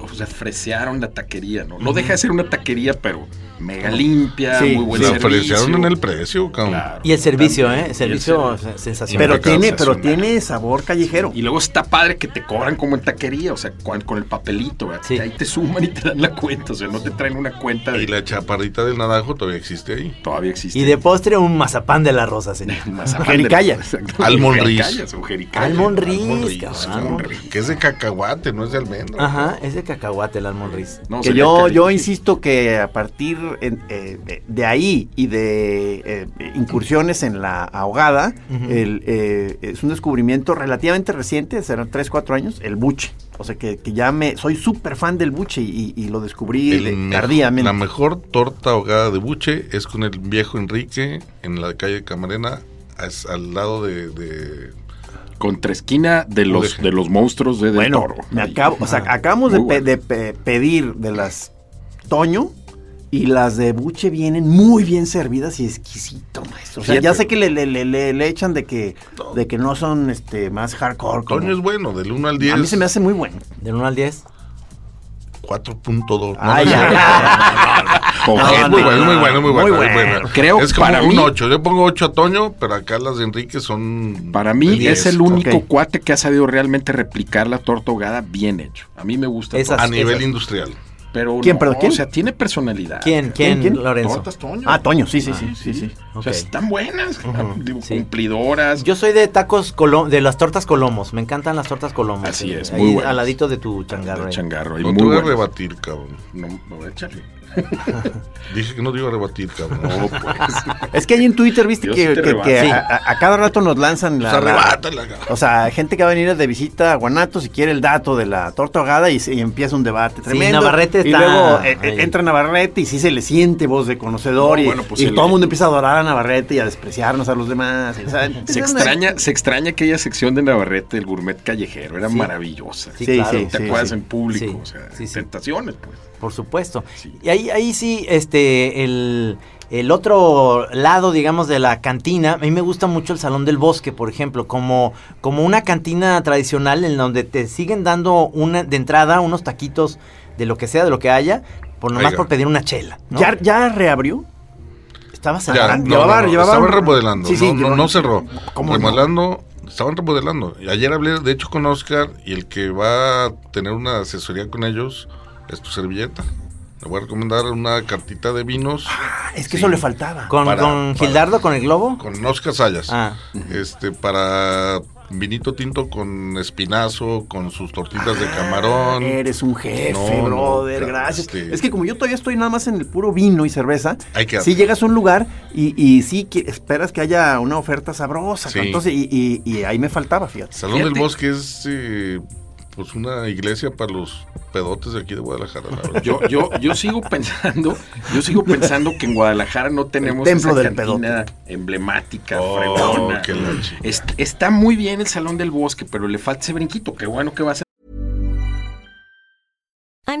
Speaker 3: o sea, fresearon la taquería, ¿no? No deja de ser una taquería, pero mega limpia,
Speaker 1: Sí,
Speaker 3: muy buen
Speaker 4: La
Speaker 3: servicio.
Speaker 4: apreciaron en el precio, cabrón.
Speaker 3: Claro.
Speaker 2: Y el servicio, ¿eh?
Speaker 3: Y
Speaker 2: El
Speaker 3: el
Speaker 2: servicio
Speaker 3: servicio.
Speaker 2: sensacional.
Speaker 1: pero
Speaker 4: Siempre
Speaker 1: tiene,
Speaker 3: causa
Speaker 1: pero
Speaker 3: una-
Speaker 1: tiene sabor callejero.
Speaker 3: Y luego está padre que te cobran como en taquería, o sea, con, con el papelito, ¿verdad?
Speaker 2: Sí.
Speaker 3: Ahí te suman y te dan la cuenta, o sea, no te traen una cuenta de...
Speaker 4: Y la chaparrita del nadajo todavía existe ahí.
Speaker 3: Todavía existe.
Speaker 2: Y de postre un mazapán de la rosa, señor.
Speaker 3: Mazapán
Speaker 1: Jericaya.
Speaker 3: de- Exacto.
Speaker 4: Almond
Speaker 3: Jericayas
Speaker 4: Riz.
Speaker 3: o jericayas.
Speaker 2: Almond Riz,
Speaker 3: Almond
Speaker 2: cabrón.
Speaker 3: Almond
Speaker 2: Almond
Speaker 3: Riz.
Speaker 4: Que es de cacahuate, no es de almendra.
Speaker 2: Ajá, es de cacahuate el almonriz.
Speaker 3: No,
Speaker 1: que
Speaker 3: sería
Speaker 1: yo,
Speaker 3: cari-
Speaker 1: yo insisto que a partir en- eh, eh, de ahí y de eh, incursiones en la ahogada,
Speaker 2: Ujú.
Speaker 1: el, eh, es un descubrimiento relativamente reciente, serán 3, 4 años, el buche. O sea que, que ya me soy súper fan del buche y, y lo descubrí
Speaker 4: El
Speaker 1: eh,
Speaker 4: me-
Speaker 1: tardíamente.
Speaker 4: La mejor torta ahogada de buche es con el viejo Enrique en la calle Camarena, as- al lado de, de-
Speaker 3: Contra esquina de los, de los monstruos de Del
Speaker 1: Bueno,
Speaker 3: Toro.
Speaker 1: me
Speaker 3: Ahí.
Speaker 1: acabo, o sea, acabamos de,
Speaker 3: Muy
Speaker 1: pe-
Speaker 3: bueno.
Speaker 1: de pe- pedir de las Toño y las de Buche vienen muy bien servidas y exquisito, maestro. O sea,
Speaker 3: Fíjate.
Speaker 1: ya sé que le, le- le- le- le echan de que, de que no son este más hardcore. como-
Speaker 4: Toño es bueno, del 1 al 10.
Speaker 1: a mí se me hace muy bueno.
Speaker 2: Del 1 al 10.
Speaker 4: 4.2.
Speaker 1: Ay,
Speaker 4: No, no,
Speaker 1: Ah, ya.
Speaker 3: Con
Speaker 4: no, es
Speaker 3: gente.
Speaker 4: muy bueno, muy bueno, muy bueno.
Speaker 1: Muy
Speaker 4: es
Speaker 1: bueno.
Speaker 3: Creo
Speaker 4: es como
Speaker 3: para
Speaker 4: un
Speaker 3: mí-
Speaker 4: 8. Yo pongo 8 a Toño, pero acá las de Enrique son.
Speaker 3: Para
Speaker 4: de
Speaker 3: mí
Speaker 4: 10.
Speaker 3: es el único
Speaker 1: ok.
Speaker 3: cuate que ha sabido realmente replicar la torta ahogada bien hecho. A mí me gusta.
Speaker 2: Esas-
Speaker 3: todo.
Speaker 4: A nivel
Speaker 2: esas.
Speaker 4: industrial.
Speaker 3: Pero
Speaker 1: ¿Quién,
Speaker 3: no,
Speaker 1: perdón, quién?
Speaker 3: O sea, tiene personalidad.
Speaker 2: ¿Quién?
Speaker 1: ¿Quién,
Speaker 2: ¿Quién?
Speaker 1: quién?
Speaker 2: Lorenzo.
Speaker 3: Tortas Toño.
Speaker 1: Ah, Toño, sí, sí, sí, sí, sí.
Speaker 3: O sea,
Speaker 2: Ok.
Speaker 3: están buenas, digo,
Speaker 2: sí.
Speaker 3: cumplidoras.
Speaker 2: Yo soy de tacos colo- de las tortas colomos. Me encantan las tortas colomos.
Speaker 3: Así es,
Speaker 2: Ahí
Speaker 3: muy buenas.
Speaker 2: Al ladito de tu
Speaker 3: de
Speaker 1: eh.
Speaker 2: changarro. eh. ahí.
Speaker 3: changarro. y
Speaker 4: No
Speaker 3: muy
Speaker 4: te voy a
Speaker 3: buenas.
Speaker 4: rebatir, cabrón.
Speaker 3: No, no, échale.
Speaker 4: Dije que no te iba a rebatir, cabrón.
Speaker 3: No, pues.
Speaker 1: Es que ahí en Twitter, viste,
Speaker 3: Dios
Speaker 1: que,
Speaker 3: te
Speaker 1: que-
Speaker 3: rebate.
Speaker 1: que
Speaker 2: Sí.
Speaker 1: a, a- a cada rato nos lanzan la...
Speaker 4: Pues
Speaker 1: la-
Speaker 4: arrebátala, cabrón.
Speaker 1: o sea, gente que va a venir de visita a Guanato si quiere el dato de la torta ahogada y, se- y empieza un debate tremendo.
Speaker 2: Navarrete
Speaker 1: Y
Speaker 2: está
Speaker 1: luego eh,
Speaker 2: ahí.
Speaker 1: eh, entra Navarrete y sí se le siente voz de conocedor
Speaker 3: No,
Speaker 1: y,
Speaker 3: bueno, pues
Speaker 1: y
Speaker 3: el-
Speaker 1: todo el mundo empieza a adorar a Navarrete y a despreciarnos a los demás. y, o sea,
Speaker 3: se,
Speaker 1: es una-
Speaker 3: extraña, se extraña aquella sección de Navarrete, el gourmet callejero. Era
Speaker 2: Sí.
Speaker 3: maravillosa.
Speaker 2: Sí,
Speaker 1: Sí,
Speaker 2: claro.
Speaker 1: sí,
Speaker 3: ¿Te
Speaker 1: sí,
Speaker 3: acuerdas
Speaker 1: sí.
Speaker 3: en público?
Speaker 2: Sí,
Speaker 3: o sea,
Speaker 2: sí, sí.
Speaker 3: tentaciones, pues.
Speaker 2: Por supuesto.
Speaker 3: Sí.
Speaker 2: Y ahí, ahí sí, este, el, el otro lado, digamos, de la cantina, a mí me gusta mucho el Salón del Bosque, por ejemplo, como, como una cantina tradicional en donde te siguen dando una, de entrada unos taquitos de lo que sea, de lo que haya, por nomás
Speaker 4: Oiga.
Speaker 2: por pedir una chela. ¿no?
Speaker 1: ¿Ya, ¿Ya reabrió?
Speaker 2: estaba
Speaker 1: Ah,
Speaker 4: Ya, no,
Speaker 2: cerrando.
Speaker 1: llevaba-
Speaker 4: no, no,
Speaker 1: llevaba
Speaker 4: estaban
Speaker 1: un-
Speaker 4: remodelando.
Speaker 1: Sí, sí,
Speaker 4: no, no,
Speaker 1: llevaba-
Speaker 4: no cerró.
Speaker 1: ¿Cómo no?
Speaker 4: remodelando, estaban remodelando. Y ayer hablé, de hecho, con Oscar y el que va a tener una asesoría con ellos es tu servilleta. Le voy a recomendar una cartita de vinos
Speaker 1: Ah, es que
Speaker 4: Sí.
Speaker 1: eso le faltaba.
Speaker 2: ¿Con,
Speaker 4: Para-
Speaker 2: con
Speaker 4: para-
Speaker 2: Gildardo, con el globo?
Speaker 4: con Oscar Sayas.
Speaker 2: Ah.
Speaker 4: Este, para vinito tinto con espinazo, con sus tortitas de camarón.
Speaker 1: Ah, Eres un jefe,
Speaker 4: No, no,
Speaker 1: brother,
Speaker 4: claro,
Speaker 1: gracias.
Speaker 4: este-
Speaker 1: Es que como yo todavía estoy nada más en el puro vino y cerveza,
Speaker 4: Hay que-
Speaker 1: si llegas a un lugar y, y sí que esperas que haya una oferta sabrosa,
Speaker 4: Sí.
Speaker 1: entonces, y, y- y ahí me faltaba, fíjate.
Speaker 4: Salón del Bosque es eh, pues una iglesia para los pedotes de aquí de Guadalajara. la verdad.
Speaker 3: Yo, yo, yo sigo pensando, yo sigo pensando que en Guadalajara no tenemos
Speaker 1: El templo
Speaker 3: esa
Speaker 1: del
Speaker 3: cantina emblemática,
Speaker 4: Oh,
Speaker 3: fregona.
Speaker 4: qué la chica.
Speaker 3: Es- está muy bien el Salón del Bosque, pero le falta ese brinquito. Qué bueno que va a ser
Speaker 6: I'm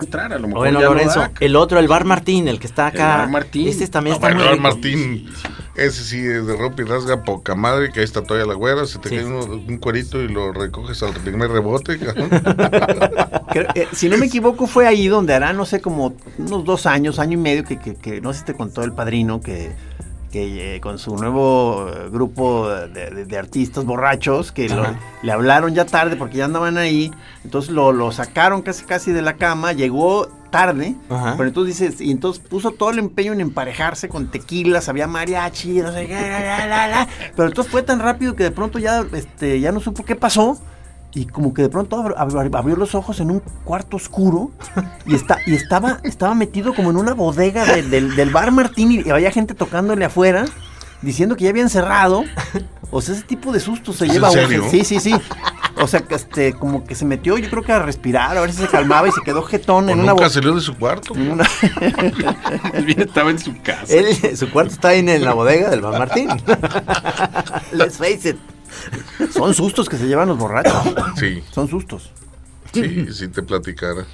Speaker 3: entrar, a lo mejor
Speaker 2: Bueno,
Speaker 3: ya no
Speaker 2: Lorenzo,
Speaker 3: da.
Speaker 2: el otro, el Bar Martín, el que está acá.
Speaker 3: El Bar Martín.
Speaker 2: Este también está
Speaker 4: No,
Speaker 2: muy
Speaker 4: Manuel
Speaker 2: rico.
Speaker 4: Martín, ese sí es de ropa y rasga, poca madre, que ahí está todavía la güera, se te
Speaker 2: Sí.
Speaker 4: cae uno- un cuerito y lo recoges al primer rebote. cabrón.
Speaker 1: Creo- eh, si no me equivoco, fue ahí donde hará, no sé, como unos dos años, año y medio, que, que- que no sé si te contó el padrino que, que, eh, con su nuevo eh, grupo de, de- de artistas borrachos que lo- le hablaron ya tarde porque ya andaban ahí, entonces lo, lo sacaron casi casi de la cama, llegó tarde,
Speaker 2: Ajá.
Speaker 1: pero entonces dices, y entonces puso todo el empeño en emparejarse con tequilas, había mariachi, no sé qué, la, la, la, la, pero entonces fue tan rápido que de pronto ya, este, ya no supo qué pasó. Y como que de pronto abr- abr- abrió los ojos en un cuarto oscuro y, está, y estaba, estaba metido como en una bodega de- del, del bar Martín y había gente tocándole afuera diciendo que ya habían cerrado. O sea, ese tipo de susto se
Speaker 4: ¿Es
Speaker 1: lleva
Speaker 4: en
Speaker 1: uno.
Speaker 4: serio?
Speaker 1: Sí, sí, sí. O sea, que este, como que se metió, yo creo que a respirar, a ver si se calmaba y se quedó jetón
Speaker 4: O
Speaker 1: en una
Speaker 4: nunca
Speaker 1: bodega.
Speaker 4: salió de su cuarto.
Speaker 3: Más bien estaba en su casa.
Speaker 2: Él- su cuarto está en, en la bodega del Bar Martín.
Speaker 1: Let's face it. Son sustos que se llevan los borrachos.
Speaker 4: Sí,
Speaker 1: Son sustos.
Speaker 4: sí, sí te platicara.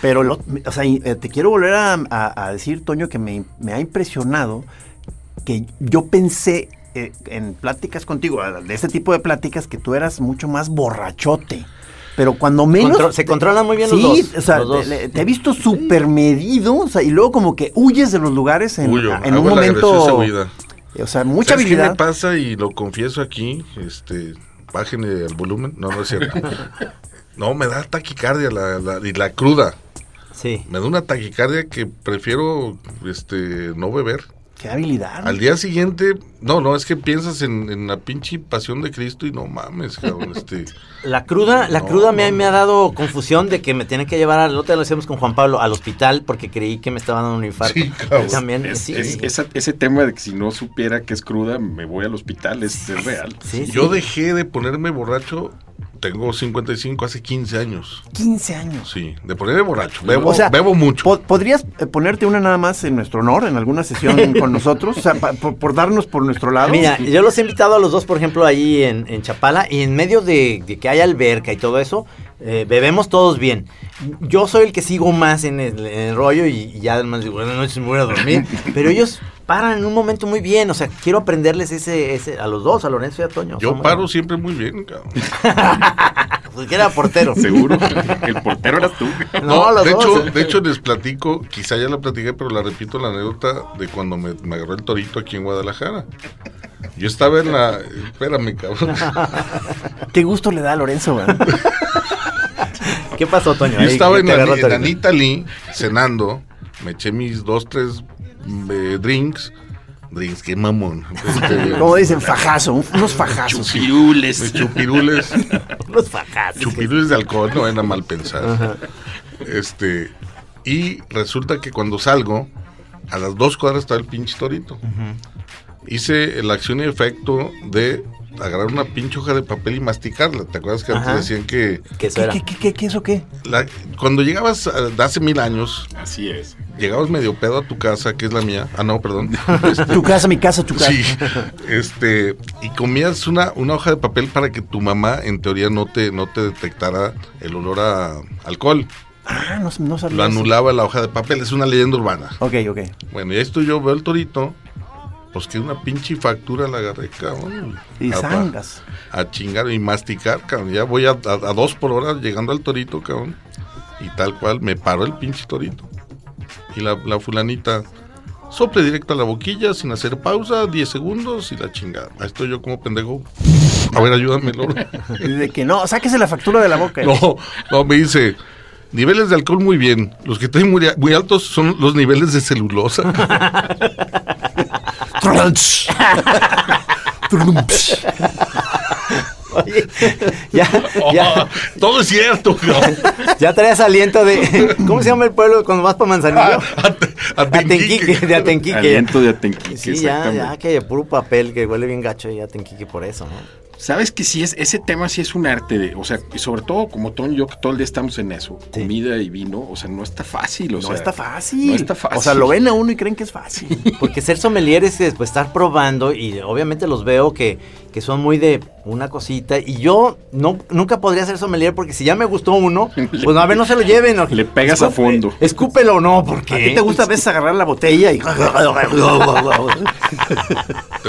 Speaker 1: Pero, lo- o sea, y, eh, te quiero volver a, a- a decir, Toño, que me, me ha impresionado que yo pensé eh, en pláticas contigo, a- de este tipo de pláticas, que tú eras mucho más borrachote. Pero cuando menos...
Speaker 2: Contro- se controlan muy bien los
Speaker 1: Sí,
Speaker 2: dos,
Speaker 1: o sea,
Speaker 2: los dos.
Speaker 1: Te, te he visto súper medido, o sea, y luego como que huyes de los lugares en,
Speaker 4: Huyo,
Speaker 1: en un
Speaker 4: hago la graciosa
Speaker 1: momento...
Speaker 4: huida.
Speaker 1: O sea, mucha
Speaker 4: ¿Sabes qué
Speaker 1: habilidad.
Speaker 4: me pasa? Y lo confieso aquí, este, bájenle el volumen. No, no es cierto. No, me da taquicardia la- la- y la cruda.
Speaker 2: Sí.
Speaker 4: Me da una taquicardia que prefiero este no beber.
Speaker 1: Qué habilidad.
Speaker 4: Al día siguiente, no, no, es que piensas en, en la pinche pasión de Cristo y no mames, cabrón, este,
Speaker 2: La cruda, la
Speaker 4: No,
Speaker 2: cruda me, ha-
Speaker 4: no,
Speaker 2: me ha dado confusión de que me tienen que llevar al otro, lo hacíamos con Juan Pablo, al hospital porque creí que me estaba dando un infarto.
Speaker 4: Sí, cabrón.
Speaker 2: También,
Speaker 3: Es-
Speaker 2: sí.
Speaker 3: es- esa- ese tema de que si no supiera que es cruda, me voy al hospital, es, es real.
Speaker 2: Sí, sí.
Speaker 4: Yo dejé de ponerme borracho, tengo 55, hace 15 años,
Speaker 1: 15 años.
Speaker 4: sí, de ponerme borracho, bebo,
Speaker 1: O sea,
Speaker 4: bebo mucho.
Speaker 1: Po- ¿Podrías eh, ponerte una nada más en nuestro honor, en alguna sesión con nosotros? O sea, pa- por, por darnos por nuestro lado.
Speaker 2: Mira, yo los he invitado a los dos, por ejemplo, ahí en, en Chapala, y en medio de, de que hay alberca y todo eso, eh, bebemos todos bien. Yo soy el que sigo más en el, en el rollo y, y ya además digo, buenas noches, me voy a dormir. Pero ellos paran en un momento muy bien, o sea, quiero aprenderles ese, ese a los dos, a Lorenzo y a Toño.
Speaker 4: Yo
Speaker 2: Somos-
Speaker 4: paro siempre muy bien, cabrón.
Speaker 2: Pues que era portero.
Speaker 3: Seguro. El portero eras tú.
Speaker 2: No, los
Speaker 4: de,
Speaker 2: dos. ¿eh?
Speaker 4: hecho, de hecho, les platico, quizá ya la platiqué, pero la repito la anécdota de cuando me, me agarró el torito aquí en Guadalajara. Yo estaba en la... Espérame, cabrón.
Speaker 1: Qué gusto le da a Lorenzo, güey.
Speaker 2: ¿Qué pasó, Toño?
Speaker 4: Yo
Speaker 2: Ahí,
Speaker 4: estaba
Speaker 2: que
Speaker 4: en,
Speaker 2: te agarró
Speaker 4: Ani- en
Speaker 2: Toño.
Speaker 4: Anita Lee cenando, me eché mis dos, tres mm, eh, drinks. Drinks, qué mamón. Este,
Speaker 1: Como dicen, fajazo, un- unos fajazos.
Speaker 4: mis
Speaker 3: Pirules.
Speaker 4: chupirules,
Speaker 2: Unos fajas.
Speaker 4: chupirules de alcohol, no era mal pensar. Este, y resulta que cuando salgo, a las dos cuadras está el pinche torito. Hice el acción y efecto de agarrar una pinche hoja de papel y masticarla. ¿Te acuerdas que
Speaker 2: Ajá.
Speaker 4: antes decían que
Speaker 2: ¿Qué
Speaker 1: ¿Qué,
Speaker 2: será?
Speaker 1: qué, qué, qué, qué es o qué?
Speaker 4: la- cuando llegabas a- de hace mil años,
Speaker 3: Así es.
Speaker 4: llegabas medio pedo a tu casa, que es la mía? Ah, no, perdón.
Speaker 1: Tu casa, mi casa, tu casa.
Speaker 4: Sí, este, y comías una, una hoja de papel para que tu mamá, en teoría, no te, no te detectara el olor a alcohol.
Speaker 1: Ah, no, no sabía.
Speaker 4: Lo
Speaker 1: eso.
Speaker 4: anulaba la hoja de papel, es una leyenda urbana.
Speaker 1: Ok, ok.
Speaker 4: Bueno, y esto yo veo el torito, pues que una pinche factura la agarré, cabrón.
Speaker 1: Y
Speaker 4: Apa,
Speaker 1: zangas.
Speaker 4: A chingar y masticar, cabrón. Ya voy a, a- a dos por hora llegando al torito, cabrón. Y tal cual, me paró el pinche torito. Y la, la fulanita sople directo a la boquilla sin hacer pausa, 10 segundos y la chingada. Ahí estoy yo como pendejo. A ver, ayúdame, loro.
Speaker 1: Y de que no, sáquese la factura de la boca.
Speaker 4: No, no, me dice, niveles de alcohol muy bien. Los que tienen muy, a- muy altos son los niveles de celulosa.
Speaker 1: Crunch. Trumps.
Speaker 2: Oye, ya, ya,
Speaker 4: Oh, todo es cierto. cabrón.
Speaker 2: ya traes aliento de. ¿Cómo se llama el pueblo cuando vas para Manzanillo?
Speaker 4: Ah,
Speaker 2: Atenquique, de Atenquique.
Speaker 3: Aliento de Atenquique,
Speaker 2: Sí, ya,
Speaker 3: exactamente.
Speaker 2: ya, que hay puro papel que huele bien gacho y Atenquique por eso, ¿no?
Speaker 3: Sabes que sí es, ese tema sí es un arte de, o sea, y sobre todo como Tony y yo que todo el día estamos en eso, comida y vino, o sea, no está fácil, o
Speaker 1: No
Speaker 3: sea,
Speaker 1: está fácil.
Speaker 3: No está fácil.
Speaker 1: O sea, lo ven a uno y creen que es fácil.
Speaker 2: Porque ser sommelier es eh, pues, estar probando y obviamente los veo que, que son muy de una cosita. Y yo no, nunca podría ser sommelier porque si ya me gustó uno, pues a ver, no se lo lleven. o-
Speaker 3: Le pegas a fondo.
Speaker 2: Escúpelo o no, porque...
Speaker 1: ¿A ti te gusta a veces agarrar la botella y...
Speaker 4: ¿Te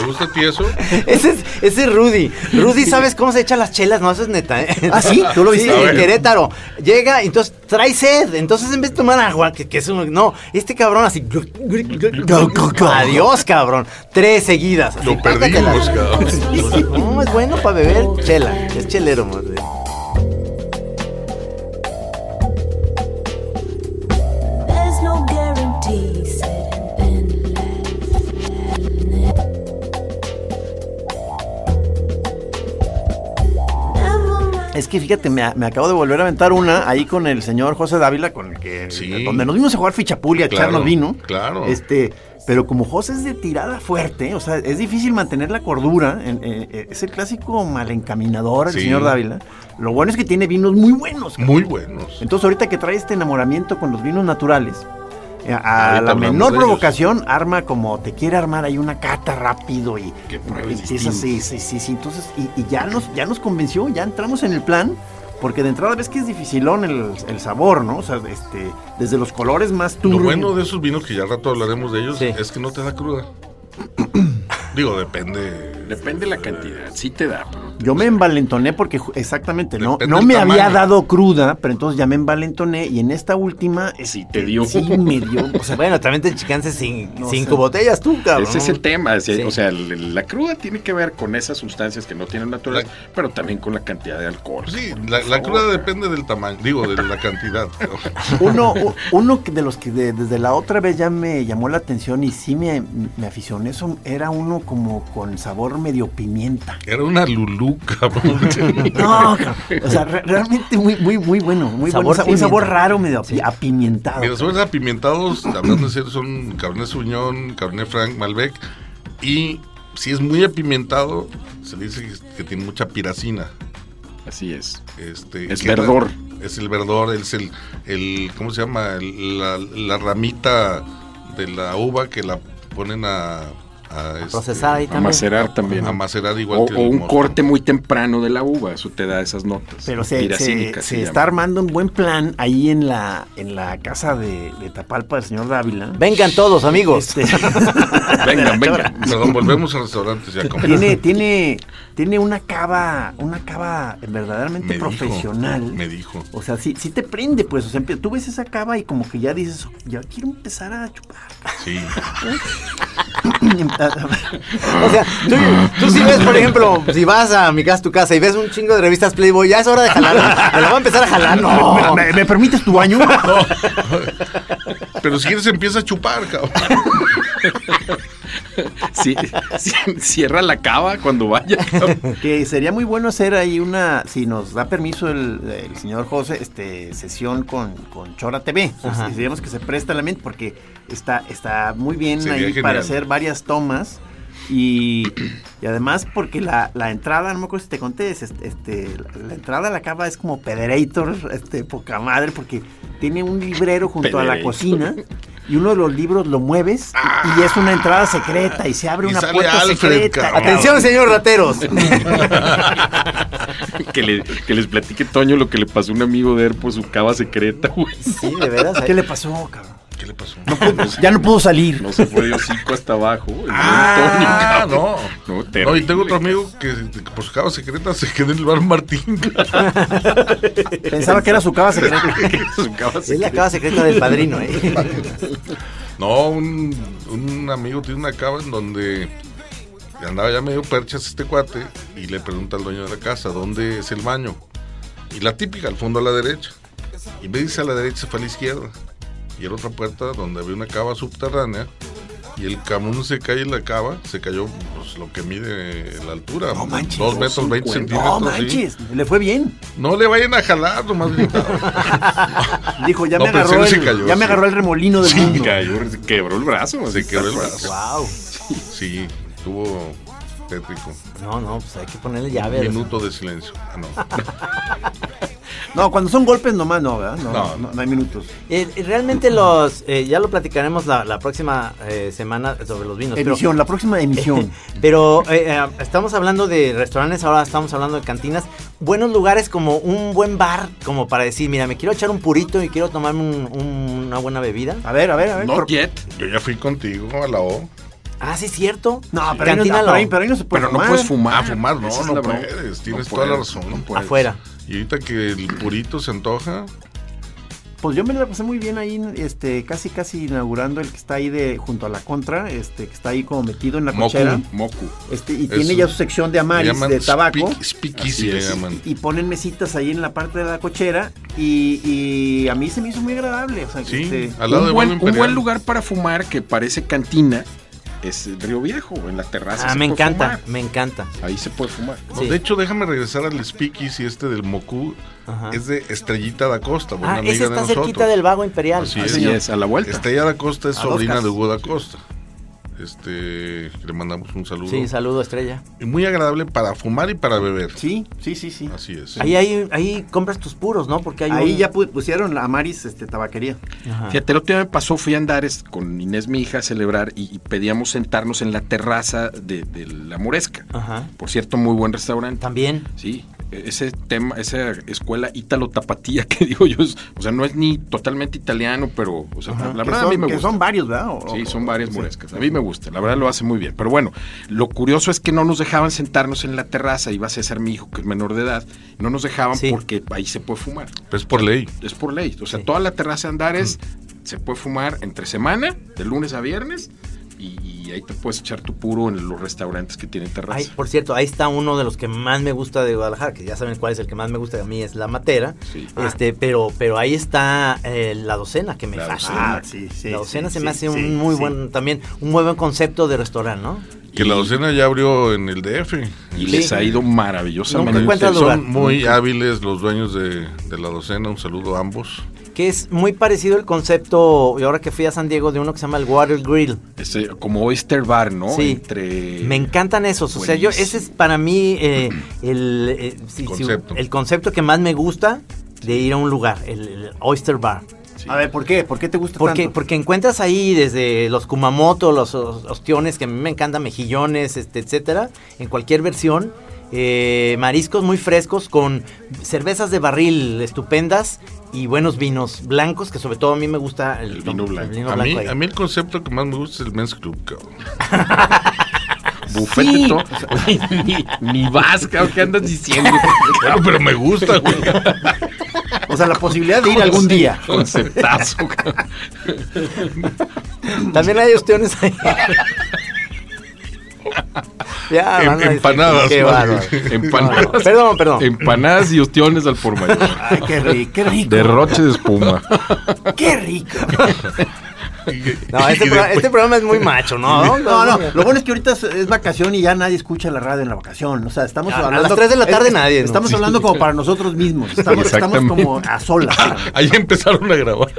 Speaker 4: gusta a ti eso?
Speaker 2: Ese es, ese es Rudy. Rudy, ¿sabes cómo se echa las chelas? No, eso es neta, ¿eh?
Speaker 1: ¿Ah, sí? ¿Tú lo viste?
Speaker 2: Sí,
Speaker 1: A
Speaker 2: en
Speaker 1: ver.
Speaker 2: Querétaro. Llega, entonces trae sed. Entonces, en vez de tomar agua, que, que es un. No, este cabrón así. Adiós, cabrón. Tres seguidas. así,
Speaker 4: Lo perdimos, cabrón.
Speaker 2: pácatelas. No, es bueno para beber chela. Es chelero, más bien.
Speaker 5: There's no guarantee, said Ben Never mind.
Speaker 1: Es que fíjate, me, me acabo de volver a aventar una ahí con el señor José Dávila, con el que
Speaker 4: Sí.
Speaker 1: donde nos vimos a jugar fichapuli, a
Speaker 4: Claro,
Speaker 1: echarnos vino.
Speaker 4: claro.
Speaker 1: Este, pero como José es de tirada fuerte, o sea, es difícil mantener la cordura. en- eh, eh, es el clásico malencaminador, el
Speaker 4: Sí.
Speaker 1: señor Dávila. Lo bueno es que tiene vinos muy buenos.
Speaker 4: Muy buenos.
Speaker 1: Entonces, ahorita que trae este enamoramiento con los vinos naturales, eh, a
Speaker 4: Ahorita
Speaker 1: la
Speaker 4: hablamos
Speaker 1: menor
Speaker 4: de ellos.
Speaker 1: provocación, arma como te quiere armar ahí una cata rápido y
Speaker 3: Que pruebes
Speaker 1: empieza sí,
Speaker 3: distintos.
Speaker 1: sí, sí, sí. Entonces, y, y ya nos, ya nos convenció, ya entramos en el plan. Porque de entrada ves que es dificilón el, el sabor, ¿no? O sea, este, desde los colores más
Speaker 4: Lo
Speaker 1: turbios.
Speaker 4: bueno de esos vinos que ya al rato hablaremos de ellos
Speaker 2: Sí.
Speaker 4: es que no te da cruda. Digo, depende.
Speaker 3: Depende la cantidad, sí te da, pero
Speaker 1: Yo me envalentoné porque ju- exactamente, no,
Speaker 4: Depende
Speaker 1: no
Speaker 4: del
Speaker 1: me había
Speaker 4: tamaño.
Speaker 1: dado cruda, pero entonces ya me envalentoné y en esta última...
Speaker 3: Sí,
Speaker 1: este,
Speaker 3: te dio.
Speaker 1: Sí, me dio. O sea,
Speaker 2: Bueno, también te chicanse cin-
Speaker 1: No
Speaker 2: cinco
Speaker 1: sé.
Speaker 2: botellas tú, cabrón.
Speaker 3: ese es el tema, es-
Speaker 2: Sí.
Speaker 3: o sea, el- la cruda tiene que ver con esas sustancias que no tienen naturales, pero también con la cantidad de alcohol.
Speaker 4: Sí, la, la cruda depende del tamaño. Digo, de la cantidad.
Speaker 1: Uno, u- uno que- de los que de- desde la otra vez ya me llamó la atención y sí me, me aficioné, eso era uno como con sabor medio pimienta.
Speaker 4: Era una lulú, cabrón.
Speaker 1: No, cabrón, o sea, re- realmente muy, muy, muy bueno, muy
Speaker 2: Sabor
Speaker 1: bueno, o sea, un
Speaker 2: pimienta.
Speaker 1: sabor raro medio api- apimentado.
Speaker 4: Mira, son apimentados, hablando de ser, son Cabernet Sauvignon, Cabernet Franc, Malbec. Y si es muy apimentado, se dice que- que tiene mucha piracina.
Speaker 3: Así es.
Speaker 4: Este,
Speaker 3: Es
Speaker 4: que era-
Speaker 3: verdor.
Speaker 4: Es el verdor, es el, el ¿cómo se llama? El- la, la ramita de la uva que la ponen a, a, este,
Speaker 2: Procesada y
Speaker 3: A
Speaker 2: también.
Speaker 3: macerar también.
Speaker 4: a macerar igual
Speaker 3: O,
Speaker 4: que
Speaker 3: o
Speaker 4: el
Speaker 3: un
Speaker 4: mosto.
Speaker 3: corte muy temprano de la uva, eso te da esas notas.
Speaker 1: Pero se, se,
Speaker 3: piracínicas
Speaker 1: se
Speaker 3: llama.
Speaker 1: está armando un buen plan ahí en la, en la casa de, de Tapalpa del señor Dávila.
Speaker 2: Vengan todos, amigos.
Speaker 1: Este,
Speaker 3: Venga, venga.
Speaker 4: Perdón, volvemos a restaurantes ya. como-
Speaker 1: tiene, tiene, tiene una cava, una cava verdaderamente
Speaker 4: me
Speaker 1: profesional.
Speaker 4: Dijo, me dijo.
Speaker 1: O sea, sí, sí te prende, pues. O sea, empie- tú ves esa cava y como que ya dices, "Oh, ya quiero empezar a chupar.
Speaker 4: Sí.
Speaker 2: O sea, tú, tú si ves, por ejemplo, si vas a mi casa, tu casa, y ves un chingo de revistas Playboy, ya es hora de jalarla. Me la va a empezar a jalar. No.
Speaker 1: Ah, ¿Me, me permites tu baño?
Speaker 4: Pero si quieres empieza a chupar, cabrón.
Speaker 3: Sí, sí, cierra la cava cuando vaya.
Speaker 1: que sería muy bueno hacer ahí una, si nos da permiso el, el señor José, este, sesión con, con Chora TV. O sea,
Speaker 2: Ajá.
Speaker 1: si digamos que se presta la mente porque está, está muy bien
Speaker 4: Sería
Speaker 1: ahí
Speaker 4: genial.
Speaker 1: para hacer varias tomas. Y, y además porque la, la entrada, no me acuerdo si te conté, es este, este, la entrada a la cava es como Pederator, este, poca madre, porque tiene un librero junto a la
Speaker 3: Pederator.
Speaker 1: cocina y uno de los libros lo mueves y- y, es una entrada secreta y se abre
Speaker 4: Y
Speaker 1: una
Speaker 4: sale
Speaker 1: puerta
Speaker 4: Alfred,
Speaker 1: secreta.
Speaker 4: cabrón.
Speaker 1: cabrón.
Speaker 2: Atención, señor rateros.
Speaker 3: que, le- que les platique Toño lo que le pasó a un amigo de él por su cava secreta, güey. pues,
Speaker 2: Sí, de veras.
Speaker 1: ¿Qué le pasó, cabrón?
Speaker 4: ¿Qué le pasó?
Speaker 1: Ya no pudo salir.
Speaker 3: No se fue de hocico hasta abajo. el
Speaker 4: Ah,
Speaker 3: Toño,
Speaker 4: no.
Speaker 3: cabrón. No,
Speaker 4: No,
Speaker 3: terrible.
Speaker 4: y tengo otro amigo que que por su cava secreta se quedó en el bar Martín.
Speaker 1: Pensaba que era su cava secreta.
Speaker 3: Su cava
Speaker 2: Es la
Speaker 3: secreta.
Speaker 2: cava secreta del padrino, ¿eh?
Speaker 4: No, un, un amigo tiene una cava en donde andaba ya medio perchas este cuate y le pregunta al dueño de la casa, ¿dónde es el baño? Y la típica, al fondo a la derecha. Y me dice a la derecha, se fue a la izquierda. Y era otra puerta donde había una cava subterránea. Y el camón se cae en la cava, se cayó pues, lo que mide la altura,
Speaker 1: No manches,
Speaker 4: dos metros, 20 centímetros.
Speaker 1: No
Speaker 4: sí.
Speaker 1: manches, le fue bien.
Speaker 4: No le vayan a jalar, nomás gritaba.
Speaker 1: Dijo, ya
Speaker 4: No,
Speaker 1: me
Speaker 4: pero
Speaker 1: agarró,
Speaker 4: sí
Speaker 1: el,
Speaker 4: se cayó,
Speaker 1: ya me
Speaker 4: sí.
Speaker 1: agarró el remolino del
Speaker 3: Sí,
Speaker 1: mundo.
Speaker 3: cayó, se quebró el brazo. Se quebró el brazo.
Speaker 2: Wow.
Speaker 4: Sí, tuvo tétrico.
Speaker 2: No, no, pues hay que ponerle llave. a los-
Speaker 4: Minuto de silencio. Ah, no.
Speaker 1: No, cuando son golpes nomás no, ¿verdad? No, no,
Speaker 4: No.
Speaker 1: no hay minutos.
Speaker 2: Eh, eh, realmente los, eh, ya lo platicaremos la, la próxima eh, semana sobre los vinos. pero-
Speaker 1: Emisión, la próxima emisión.
Speaker 2: Pero eh, eh, estamos hablando de restaurantes, ahora estamos hablando de cantinas. Buenos lugares como un buen bar, como para decir, mira, me quiero echar un purito y quiero tomarme un- un- una buena bebida.
Speaker 1: A ver, a ver, a ver.
Speaker 3: Not
Speaker 1: por-
Speaker 3: yet.
Speaker 4: Yo ya fui contigo a la O.
Speaker 2: Ah, sí, cierto.
Speaker 1: No, pero ahí no,
Speaker 2: Cantina
Speaker 1: pero
Speaker 2: lo-
Speaker 1: ahí- pero ahí no se puede
Speaker 3: Pero no
Speaker 1: fumar.
Speaker 3: puedes
Speaker 4: A
Speaker 3: fumar.
Speaker 4: fumar, no,
Speaker 3: Esa es
Speaker 4: no
Speaker 3: la bronca.
Speaker 4: puedes.
Speaker 3: No
Speaker 4: Tienes toda
Speaker 3: puedes,
Speaker 4: la razón.
Speaker 3: no puedes.
Speaker 2: Afuera.
Speaker 4: Y ahorita que el purito se antoja,
Speaker 1: Pues yo me la pasé muy bien ahí, este, casi casi inaugurando el que está ahí de junto a la contra, este, que está ahí como metido en la
Speaker 4: Moku.
Speaker 1: cochera.
Speaker 3: Moku.
Speaker 1: Este, y
Speaker 4: Es
Speaker 1: tiene
Speaker 4: un-
Speaker 1: ya su sección de
Speaker 4: le
Speaker 1: amaris,
Speaker 4: llaman
Speaker 1: de tabaco.
Speaker 4: speak- speakeasy
Speaker 3: Así
Speaker 4: le
Speaker 3: es.
Speaker 4: llaman.
Speaker 1: Y ponen mesitas ahí en la parte de la cochera. Y, y a mí se me hizo muy agradable. O sea, que
Speaker 4: Sí,
Speaker 1: este,
Speaker 4: al lado
Speaker 3: un,
Speaker 4: de
Speaker 3: buen,
Speaker 4: Vuelo
Speaker 3: un
Speaker 4: Imperial.
Speaker 3: buen lugar para fumar que parece cantina es el Río Viejo, en la terraza.
Speaker 1: Pues,
Speaker 2: Ah,
Speaker 3: se
Speaker 2: me
Speaker 3: puede
Speaker 2: encanta,
Speaker 3: fumar.
Speaker 2: me encanta.
Speaker 3: Ahí se puede fumar.
Speaker 4: No,
Speaker 2: Sí.
Speaker 4: De hecho, déjame regresar al speakeasy este del Moku.
Speaker 2: Ajá.
Speaker 4: Es de Estrellita da Costa, buena
Speaker 2: Ah,
Speaker 4: amiga
Speaker 2: ese
Speaker 4: de
Speaker 2: está
Speaker 4: nosotros.
Speaker 2: cerquita del vago imperial.
Speaker 1: Pues
Speaker 4: Así
Speaker 3: Así
Speaker 4: es, señor.
Speaker 3: es, a la vuelta.
Speaker 4: Estrella da Costa es
Speaker 2: A dos
Speaker 4: sobrina de
Speaker 2: casas.
Speaker 4: Hugo da Costa. Este, le mandamos un saludo.
Speaker 2: Sí, saludo, estrella.
Speaker 4: Y muy agradable para fumar y para beber.
Speaker 1: sí, sí, sí, sí.
Speaker 4: Así es.
Speaker 2: Ahí, ahí, ahí compras tus puros, ¿no? Porque hay
Speaker 1: Ahí
Speaker 2: un-
Speaker 1: ya pu- pusieron la amaris este, tabaquería.
Speaker 2: Ajá.
Speaker 3: Fíjate, el otro día me pasó, fui a Andares con Inés, mi hija, a celebrar y, y pedíamos sentarnos en la terraza de, de la Moresca.
Speaker 2: Ajá.
Speaker 3: Por cierto, muy buen restaurante.
Speaker 2: También.
Speaker 3: Sí, e- ese tema, esa escuela ítalo-tapatía que digo yo, es- o sea, no es ni totalmente italiano, pero, o sea, la
Speaker 1: Que
Speaker 3: verdad a
Speaker 1: son-
Speaker 3: mí me
Speaker 1: que
Speaker 3: gusta.
Speaker 1: son varios, ¿verdad? O-
Speaker 3: Sí,
Speaker 1: o-
Speaker 3: son varias
Speaker 1: sí.
Speaker 3: morescas. A mí me gusta, la verdad lo hace muy bien. Pero bueno, lo curioso es que no nos dejaban sentarnos en la terraza, iba a César mi hijo, que es menor de edad, no nos dejaban
Speaker 2: Sí.
Speaker 3: porque ahí se puede fumar.
Speaker 4: Es por ley.
Speaker 3: Es por ley. O sea,
Speaker 2: Sí. Mm.
Speaker 3: toda la terraza de Andares se puede fumar entre semana, de lunes a viernes, y, y ahí te puedes echar tu puro en los restaurantes que tienen terraza.
Speaker 2: Ay, por cierto, ahí está uno de los que más me gusta de Guadalajara, que ya saben cuál es el que más me gusta, a mí es la matera.
Speaker 3: Sí.
Speaker 2: Este, pero, pero ahí está eh, la docena que me
Speaker 3: La
Speaker 1: docena.
Speaker 2: fascina.
Speaker 1: Ah, sí, sí,
Speaker 2: la docena
Speaker 1: sí,
Speaker 2: se
Speaker 1: sí,
Speaker 2: me hace
Speaker 1: sí,
Speaker 2: un muy
Speaker 1: sí.
Speaker 2: buen, también, un muy buen concepto de restaurante, ¿no?
Speaker 4: Que la docena ya abrió en el DF.
Speaker 3: y les ha ido maravillosamente.
Speaker 2: Nunca encuentras
Speaker 4: Son
Speaker 2: lugar.
Speaker 4: muy hábiles los dueños de, de la docena. Un saludo a ambos.
Speaker 2: Que es muy parecido el concepto, y ahora que fui a San Diego, de uno que se llama el Water Grill.
Speaker 3: Este, como Oyster Bar, ¿no?
Speaker 2: Sí.
Speaker 3: Entre...
Speaker 2: Me encantan esos. O sea, yo, ese es para mí eh, el, eh, sí, sí,
Speaker 4: Concepto.
Speaker 2: el concepto que más me gusta de ir a un lugar, el- el Oyster Bar.
Speaker 3: Sí.
Speaker 1: A ver, ¿por qué? ¿Por qué te gusta
Speaker 2: Porque,
Speaker 1: tanto?
Speaker 2: porque encuentras ahí desde los kumamoto, los os- ostiones, que a mí me encantan, mejillones, este, etcétera, en cualquier versión. eh, mariscos muy frescos con cervezas de barril estupendas y buenos vinos blancos, que sobre todo a mí me gusta el,
Speaker 3: El vino blanco.
Speaker 4: A mí,
Speaker 2: ahí.
Speaker 4: a mí el concepto que más me gusta es el Men's Club, cabrón.
Speaker 3: Bufete todo. Oye, ni, ni vas, cabrón, ¿qué andas diciendo?
Speaker 4: Claro, pero me gusta, güey.
Speaker 1: O sea, la posibilidad de ir algún día.
Speaker 3: Conceptazo, cabrón.
Speaker 2: También hay ostiones ahí. ya,
Speaker 4: Em-
Speaker 2: van a decir,
Speaker 4: empanadas,
Speaker 2: qué
Speaker 4: ¿no?
Speaker 2: bárbaro.
Speaker 3: Empanadas.
Speaker 2: No, Perdón, perdón.
Speaker 3: Empanadas y ostiones al por mayor.
Speaker 1: Ay, qué rico, qué rico.
Speaker 3: Derroche de espuma.
Speaker 1: Qué rico.
Speaker 2: No, este,
Speaker 4: Y pues
Speaker 2: pro-
Speaker 4: después-
Speaker 2: este programa es muy macho, ¿no?
Speaker 1: No, no, lo bueno es que ahorita es, es vacación y ya nadie escucha la radio en la vacación. O sea, estamos
Speaker 2: Ya, a
Speaker 1: hablando.
Speaker 2: las tres de la tarde
Speaker 1: es-
Speaker 2: nadie, ¿no?
Speaker 1: Estamos
Speaker 2: Sí.
Speaker 1: hablando como para nosotros mismos. Estamos, estamos
Speaker 4: Exactamente.
Speaker 1: como a solas.
Speaker 4: Ahí empezaron a grabar.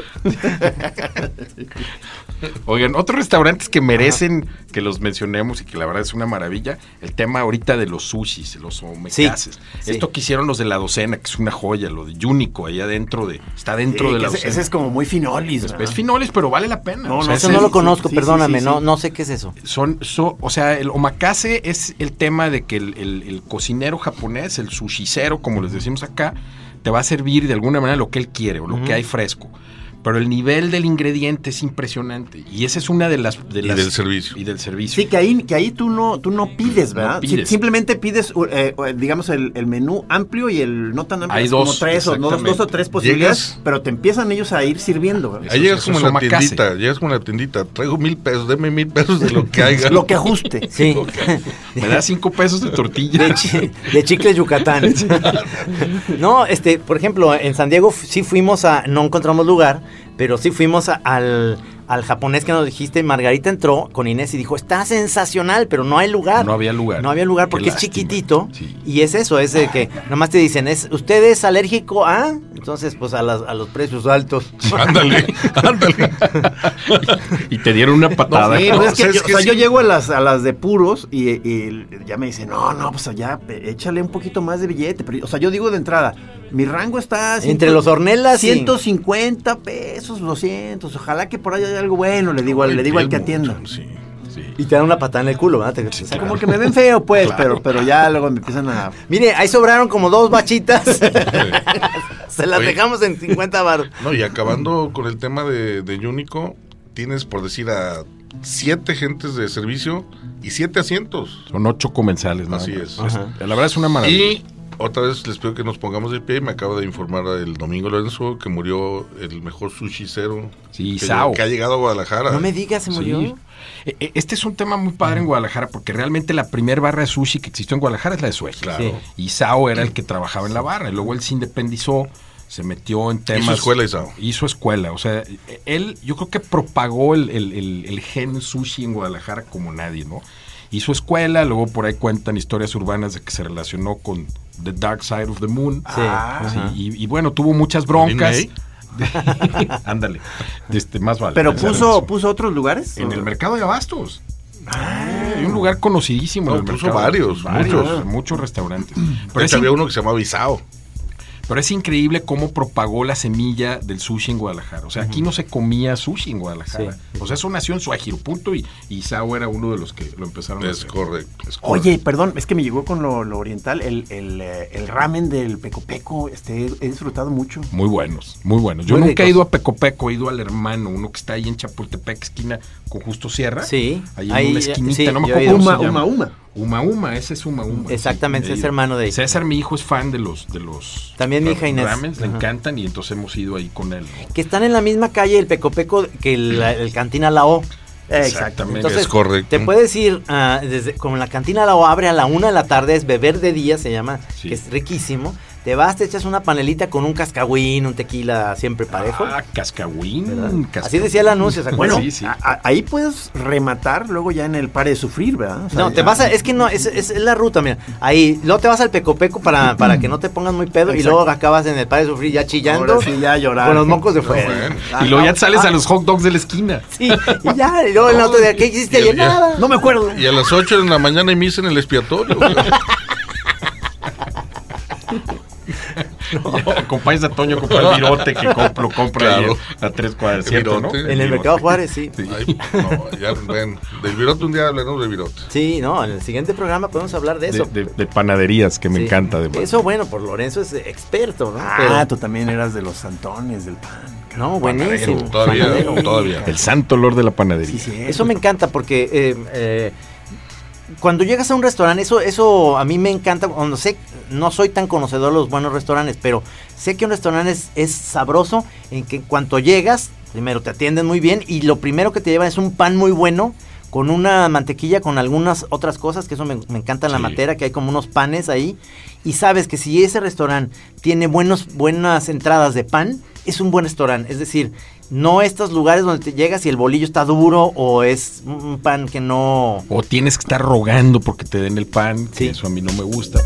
Speaker 3: Oigan, otros restaurantes que merecen que los mencionemos y que la verdad es una maravilla, el tema ahorita de los sushis, los omekases.
Speaker 2: sí.
Speaker 3: Esto que hicieron los de la docena, que es una joya, lo de Yunico, ahí adentro de, está dentro
Speaker 1: Sí,
Speaker 3: de
Speaker 1: que
Speaker 3: la
Speaker 1: ese,
Speaker 3: docena.
Speaker 1: ese es como muy finolis. ¿verdad?
Speaker 3: Es finolis, pero vale la pena.
Speaker 1: No,
Speaker 3: O
Speaker 1: no,
Speaker 3: sea,
Speaker 2: Eso
Speaker 3: ese-
Speaker 2: no lo
Speaker 1: sí,
Speaker 2: conozco,
Speaker 1: sí,
Speaker 2: perdóname,
Speaker 1: sí, sí,
Speaker 2: no,
Speaker 1: sí.
Speaker 2: no sé qué es eso.
Speaker 3: son, so- o sea, el omakase es el tema de que el, el- el cocinero japonés, el sushicero, como les decimos acá, te va a servir de alguna manera lo que él quiere o lo que hay fresco. Pero el nivel del ingrediente es impresionante. Y esa es una de las... De
Speaker 4: Y
Speaker 3: las-
Speaker 4: del servicio.
Speaker 3: Y del servicio.
Speaker 1: Sí, que ahí, que ahí tú no, tú no pides, ¿verdad?
Speaker 3: No pides.
Speaker 1: Si- simplemente pides, u- eh, u- eh, digamos, el, el menú amplio y el no tan amplio.
Speaker 3: Hay
Speaker 1: es como
Speaker 3: dos,
Speaker 1: tres o no, dos, dos o tres
Speaker 4: exactamente.
Speaker 1: posibilidades,
Speaker 4: Llegas-
Speaker 1: pero te empiezan ellos a ir sirviendo. ¿verdad?
Speaker 4: Ahí llegas
Speaker 3: eso
Speaker 4: como en
Speaker 3: es
Speaker 4: la
Speaker 3: omakase.
Speaker 4: tiendita, llegas como en la tiendita, traigo mil pesos, deme mil pesos de lo que haya.
Speaker 1: Lo que ajuste.
Speaker 2: Sí,
Speaker 3: Me da cinco pesos de tortilla.
Speaker 2: de, chi- de chicle Yucatán. No, este, por ejemplo, en San Diego f- sí fuimos a, no encontramos lugar, pero sí fuimos a- al, al japonés que nos dijiste, Margarita entró con Inés y dijo, está sensacional, pero no hay lugar.
Speaker 3: No había lugar.
Speaker 2: No había lugar
Speaker 3: Qué
Speaker 2: porque es
Speaker 3: lástima.
Speaker 2: chiquitito
Speaker 3: Sí.
Speaker 2: y es eso, es de que nomás te dicen, es, ¿usted es alérgico a? Entonces, pues a, las- a los precios altos.
Speaker 4: Ándale, ándale.
Speaker 3: y te dieron una patada.
Speaker 1: Sí, pues es que
Speaker 4: o sea, es
Speaker 1: yo,
Speaker 4: que
Speaker 1: o sea, yo
Speaker 4: sí.
Speaker 1: llego a las, a las de puros y, y ya me dicen, no, no, pues allá pe- échale un poquito más de billete. Pero, o sea, yo digo de entrada, mi rango está...
Speaker 2: Entre los hornelas y-
Speaker 1: 150 pesos, 200, ojalá que por ahí haya algo bueno, le digo, al- le digo al que atienda.
Speaker 4: Sí, sí.
Speaker 2: Y te dan una patada en el culo, ¿verdad? Te- te
Speaker 1: O sea,
Speaker 2: sacan.
Speaker 1: como que me ven feo, pues,
Speaker 3: Claro.
Speaker 1: pero, pero ya luego me empiezan a...
Speaker 2: Mire, ahí sobraron como dos bachitas. Se las
Speaker 4: Oye.
Speaker 2: dejamos en 50 baros.
Speaker 4: Eh, No, y acabando con el tema de, de Yunico, tienes por decir a siete gentes de servicio y siete asientos.
Speaker 3: Son ocho comensales, ¿no? Ah,
Speaker 4: Así es.
Speaker 3: La verdad es una maravilla.
Speaker 4: Y otra vez les pido que nos pongamos de pie. Me acaba de informar el Domingo Lorenzo que murió el mejor sushicero
Speaker 3: Sí,
Speaker 4: que,
Speaker 3: Sao.
Speaker 4: que ha llegado a Guadalajara.
Speaker 2: No me digas, se
Speaker 3: Sí.
Speaker 2: murió.
Speaker 3: E- e- Este es un tema muy padre en Guadalajara porque realmente la primer barra de sushi que existió en Guadalajara es la de Suecia.
Speaker 4: Claro. Sí.
Speaker 3: Y Sao era el que trabajaba en la barra. Y luego él se independizó, se metió en temas.
Speaker 4: escuela y Sao.
Speaker 3: Hizo escuela. O sea, e- él yo creo que propagó el, el- el- el gen sushi en Guadalajara como nadie, ¿no? Hizo escuela, luego por ahí cuentan historias urbanas de que se relacionó con The Dark Side of the Moon.
Speaker 2: Ah,
Speaker 3: Sí, y, y bueno, tuvo muchas broncas.
Speaker 4: Lin
Speaker 3: Ándale. Este, más vale.
Speaker 1: Pero
Speaker 3: Exacto.
Speaker 1: puso, puso otros lugares.
Speaker 3: En el mercado de abastos.
Speaker 2: Ah.
Speaker 3: Hay un lugar conocidísimo en
Speaker 4: No,
Speaker 3: el
Speaker 4: puso
Speaker 3: mercado.
Speaker 4: varios,
Speaker 3: muchos,
Speaker 4: muchos.
Speaker 3: muchos restaurantes.
Speaker 2: Mm.
Speaker 4: De
Speaker 3: Pero
Speaker 2: Este
Speaker 3: es,
Speaker 4: hecho, había
Speaker 3: in-
Speaker 4: uno que se llamaba Isao.
Speaker 3: pero es increíble cómo propagó la semilla del sushi en Guadalajara. O sea, aquí no se comía sushi en Guadalajara. O sea, eso nació en Suajirupunto y, y Sao era uno de los que lo empezaron a
Speaker 4: Es
Speaker 3: hacer.
Speaker 4: correcto. es correcto.
Speaker 1: Oye, perdón, es que me llegó con lo, lo oriental, el, el, eh, el ramen del pecopeco, este, he disfrutado mucho.
Speaker 3: Muy buenos, muy buenos. Yo
Speaker 2: Muy
Speaker 3: nunca he
Speaker 2: ricos.
Speaker 3: ido a Pecopeco, he ido al hermano, uno que está ahí en Chapultepec, esquina con Justo Sierra.
Speaker 2: Sí.
Speaker 3: Ahí en
Speaker 2: Ahí, eh,
Speaker 3: una esquinita,
Speaker 2: sí,
Speaker 3: no me
Speaker 2: yo he
Speaker 3: acuerdo.
Speaker 2: ido.
Speaker 3: cómo se
Speaker 1: Uma,
Speaker 3: llama.
Speaker 1: uma, uma.
Speaker 3: Uma Uma, ese es Uma Uma.
Speaker 2: Exactamente,
Speaker 3: sí,
Speaker 2: es hermano de ella.
Speaker 3: César, mi hijo, es fan de los de los
Speaker 2: También mi hija Inés.
Speaker 3: ramens, le
Speaker 2: Ajá.
Speaker 3: encantan y entonces hemos ido ahí con él. ¿no?
Speaker 2: Que están en la misma calle el Pecopeco que el, el Cantina La O.
Speaker 3: Exactamente.
Speaker 2: Entonces,
Speaker 4: Es correcto.
Speaker 2: te puedes ir ah, desde, como la cantina la O abre a la una de la tarde, es beber de día, se llama,
Speaker 3: Sí.
Speaker 2: que es riquísimo. Te vas, te echas una panelita con un cascahuín, un tequila siempre parejo.
Speaker 3: Ah, cascahuín,
Speaker 2: ¿verdad?
Speaker 3: cascahuín.
Speaker 2: Así decía el anuncio, ¿se acuerdan?
Speaker 1: Bueno,
Speaker 3: Sí, sí.
Speaker 1: a- a- ahí puedes rematar luego ya en el pare de sufrir, ¿verdad? O sea,
Speaker 2: No, te
Speaker 1: ya-
Speaker 2: vas a, es que no, es, es- es la ruta, mira. Ahí, luego te vas al pecopeco para, para que no te pongas muy pedo y
Speaker 1: Exacto.
Speaker 2: luego acabas en el padre sufrir ya chillando.
Speaker 1: Ahora sí, ya llorar.
Speaker 2: Con los mocos de
Speaker 4: Pero
Speaker 2: fuera.
Speaker 4: bueno.
Speaker 3: Y
Speaker 2: Ah,
Speaker 3: luego ya sales a los hot dogs de la esquina.
Speaker 2: Sí, y ya, y luego el otro día, ¿qué hiciste
Speaker 4: Y el-
Speaker 2: ayer? Nada.
Speaker 1: No me acuerdo.
Speaker 4: Y a las 8 de la mañana hay misa en el expiatorio. güey.
Speaker 3: Acompañas a Toño a comprar virote que comp- lo compra ahí
Speaker 4: Claro.
Speaker 3: a tres cuadras, ¿cierto, no?
Speaker 4: Virote.
Speaker 2: En el mercado Juárez, sí.
Speaker 4: Ay, no, ya ven. Del virote un día hablaremos de virote.
Speaker 2: Sí, no, en el siguiente programa podemos hablar de
Speaker 3: De,
Speaker 2: eso.
Speaker 3: de- de panaderías, que me
Speaker 2: Sí.
Speaker 3: encanta además.
Speaker 2: Eso, bueno, por Lorenzo es experto, ¿no?
Speaker 1: Ah,
Speaker 2: Pero-
Speaker 1: tú también eras de los Santones, del pan.
Speaker 2: no, buenísimo.
Speaker 4: Todavía,
Speaker 2: Panadero.
Speaker 4: todavía.
Speaker 3: El santo olor de la panadería.
Speaker 1: Sí, sí.
Speaker 2: Eso me encanta porque eh, eh, cuando llegas a un restaurante, eso, eso a mí me encanta. Cuando sé, no soy tan conocedor de los buenos restaurantes, pero sé que un restaurante es, es sabroso en que en cuanto llegas, primero te atienden muy bien y lo primero que te llevan es un pan muy bueno. Con una mantequilla, con algunas otras cosas, que eso me, me encanta en la
Speaker 3: Sí.
Speaker 2: matera, que hay como unos panes ahí. Y sabes que si ese restaurante tiene buenos, buenas entradas de pan, es un buen restaurante. Es decir, no estos lugares donde te llegas y el bolillo está duro o es un pan que no...
Speaker 3: O tienes que estar rogando porque te den el pan, que
Speaker 2: Sí.
Speaker 3: eso a mí no me gusta.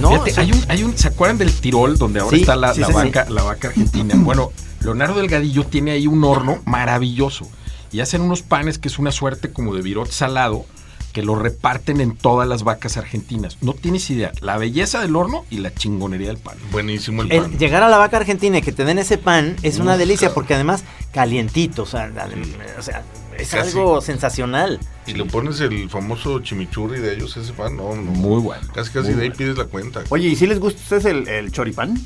Speaker 2: No,
Speaker 3: Fíjate,
Speaker 2: o sea,
Speaker 3: hay un, hay un, ¿se acuerdan del Tirol donde ahora
Speaker 2: Sí,
Speaker 3: está la,
Speaker 2: sí,
Speaker 3: la
Speaker 2: sí, sí.
Speaker 3: vaca, la vaca argentina? Bueno, Leonardo Delgadillo tiene ahí un horno maravilloso y hacen unos panes que es una suerte como de virot salado que lo reparten en todas las vacas argentinas. No tienes idea, la belleza del horno y la chingonería del pan.
Speaker 4: Buenísimo el
Speaker 2: el
Speaker 4: pan.
Speaker 2: llegar a la vaca argentina y que te den ese pan es una delicia porque además calientito, o sea, adem- o sea, es
Speaker 4: Casi.
Speaker 2: algo sensacional.
Speaker 4: Y le pones el famoso chimichurri de ellos, ese pan, no, no.
Speaker 3: Muy bueno.
Speaker 4: Casi casi
Speaker 3: Muy
Speaker 4: de ahí
Speaker 3: bueno.
Speaker 4: pides la cuenta.
Speaker 1: Oye, ¿y si les gusta a ustedes el, el choripán?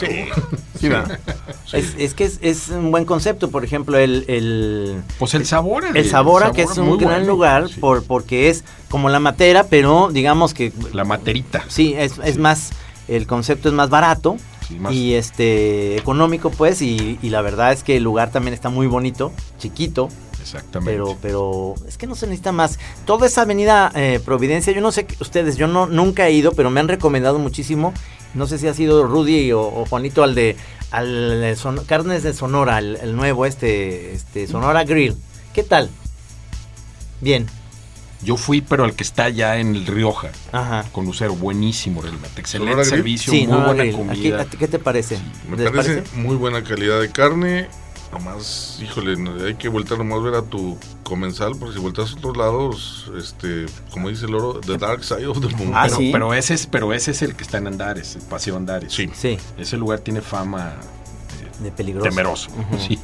Speaker 4: Sí.
Speaker 1: Sí, ¿verdad?
Speaker 4: Sí.
Speaker 2: Es, es que es, es un buen concepto, por ejemplo, el, el,
Speaker 3: Pues el sabor.
Speaker 2: el Sabora, que es
Speaker 3: muy
Speaker 2: un gran
Speaker 3: bueno.
Speaker 2: lugar
Speaker 3: Sí.
Speaker 2: por, porque es como la matera, pero digamos que
Speaker 3: La materita.
Speaker 2: sí, es, es
Speaker 3: Sí.
Speaker 2: más, el concepto es más barato
Speaker 3: Sí, más-
Speaker 2: y este económico pues, y, y la verdad es que el lugar también está muy bonito, chiquito,
Speaker 3: Exactamente.
Speaker 2: pero, pero es que no se necesita más. Toda esa avenida eh, Providencia, yo no sé que- ustedes, yo no, nunca he ido, pero me han recomendado muchísimo. No sé si ha sido Rudy o, o Juanito al de al de Son- Carnes de Sonora, el, el nuevo, este, este, Sonora Grill. ¿Qué tal? Bien,
Speaker 3: Yo fui, pero al que está allá en el Rioja,
Speaker 2: ajá.
Speaker 3: con Lucero, buenísimo realmente. Excelente
Speaker 4: ¿Sonora Grill?
Speaker 3: servicio,
Speaker 2: Sí,
Speaker 3: muy
Speaker 2: Sonora
Speaker 3: buena
Speaker 2: Grill. Aquí,
Speaker 3: comida.
Speaker 2: ¿a ti ¿Qué te parece?
Speaker 4: Me
Speaker 2: ¿Les
Speaker 4: parece, muy buena calidad de carne. Nomás, híjole, no- hay que voltear nomás ver a tu comensal, porque si volteas a otros lados, este, como dice el oro, the dark side of the moon.
Speaker 1: Ah,
Speaker 3: pero,
Speaker 1: sí.
Speaker 3: pero ese es, pero ese es el que está en Andares, el Paseo Andares.
Speaker 4: Sí.
Speaker 2: Sí,
Speaker 3: Ese lugar tiene fama
Speaker 2: de peligroso.
Speaker 3: temeroso. Sí.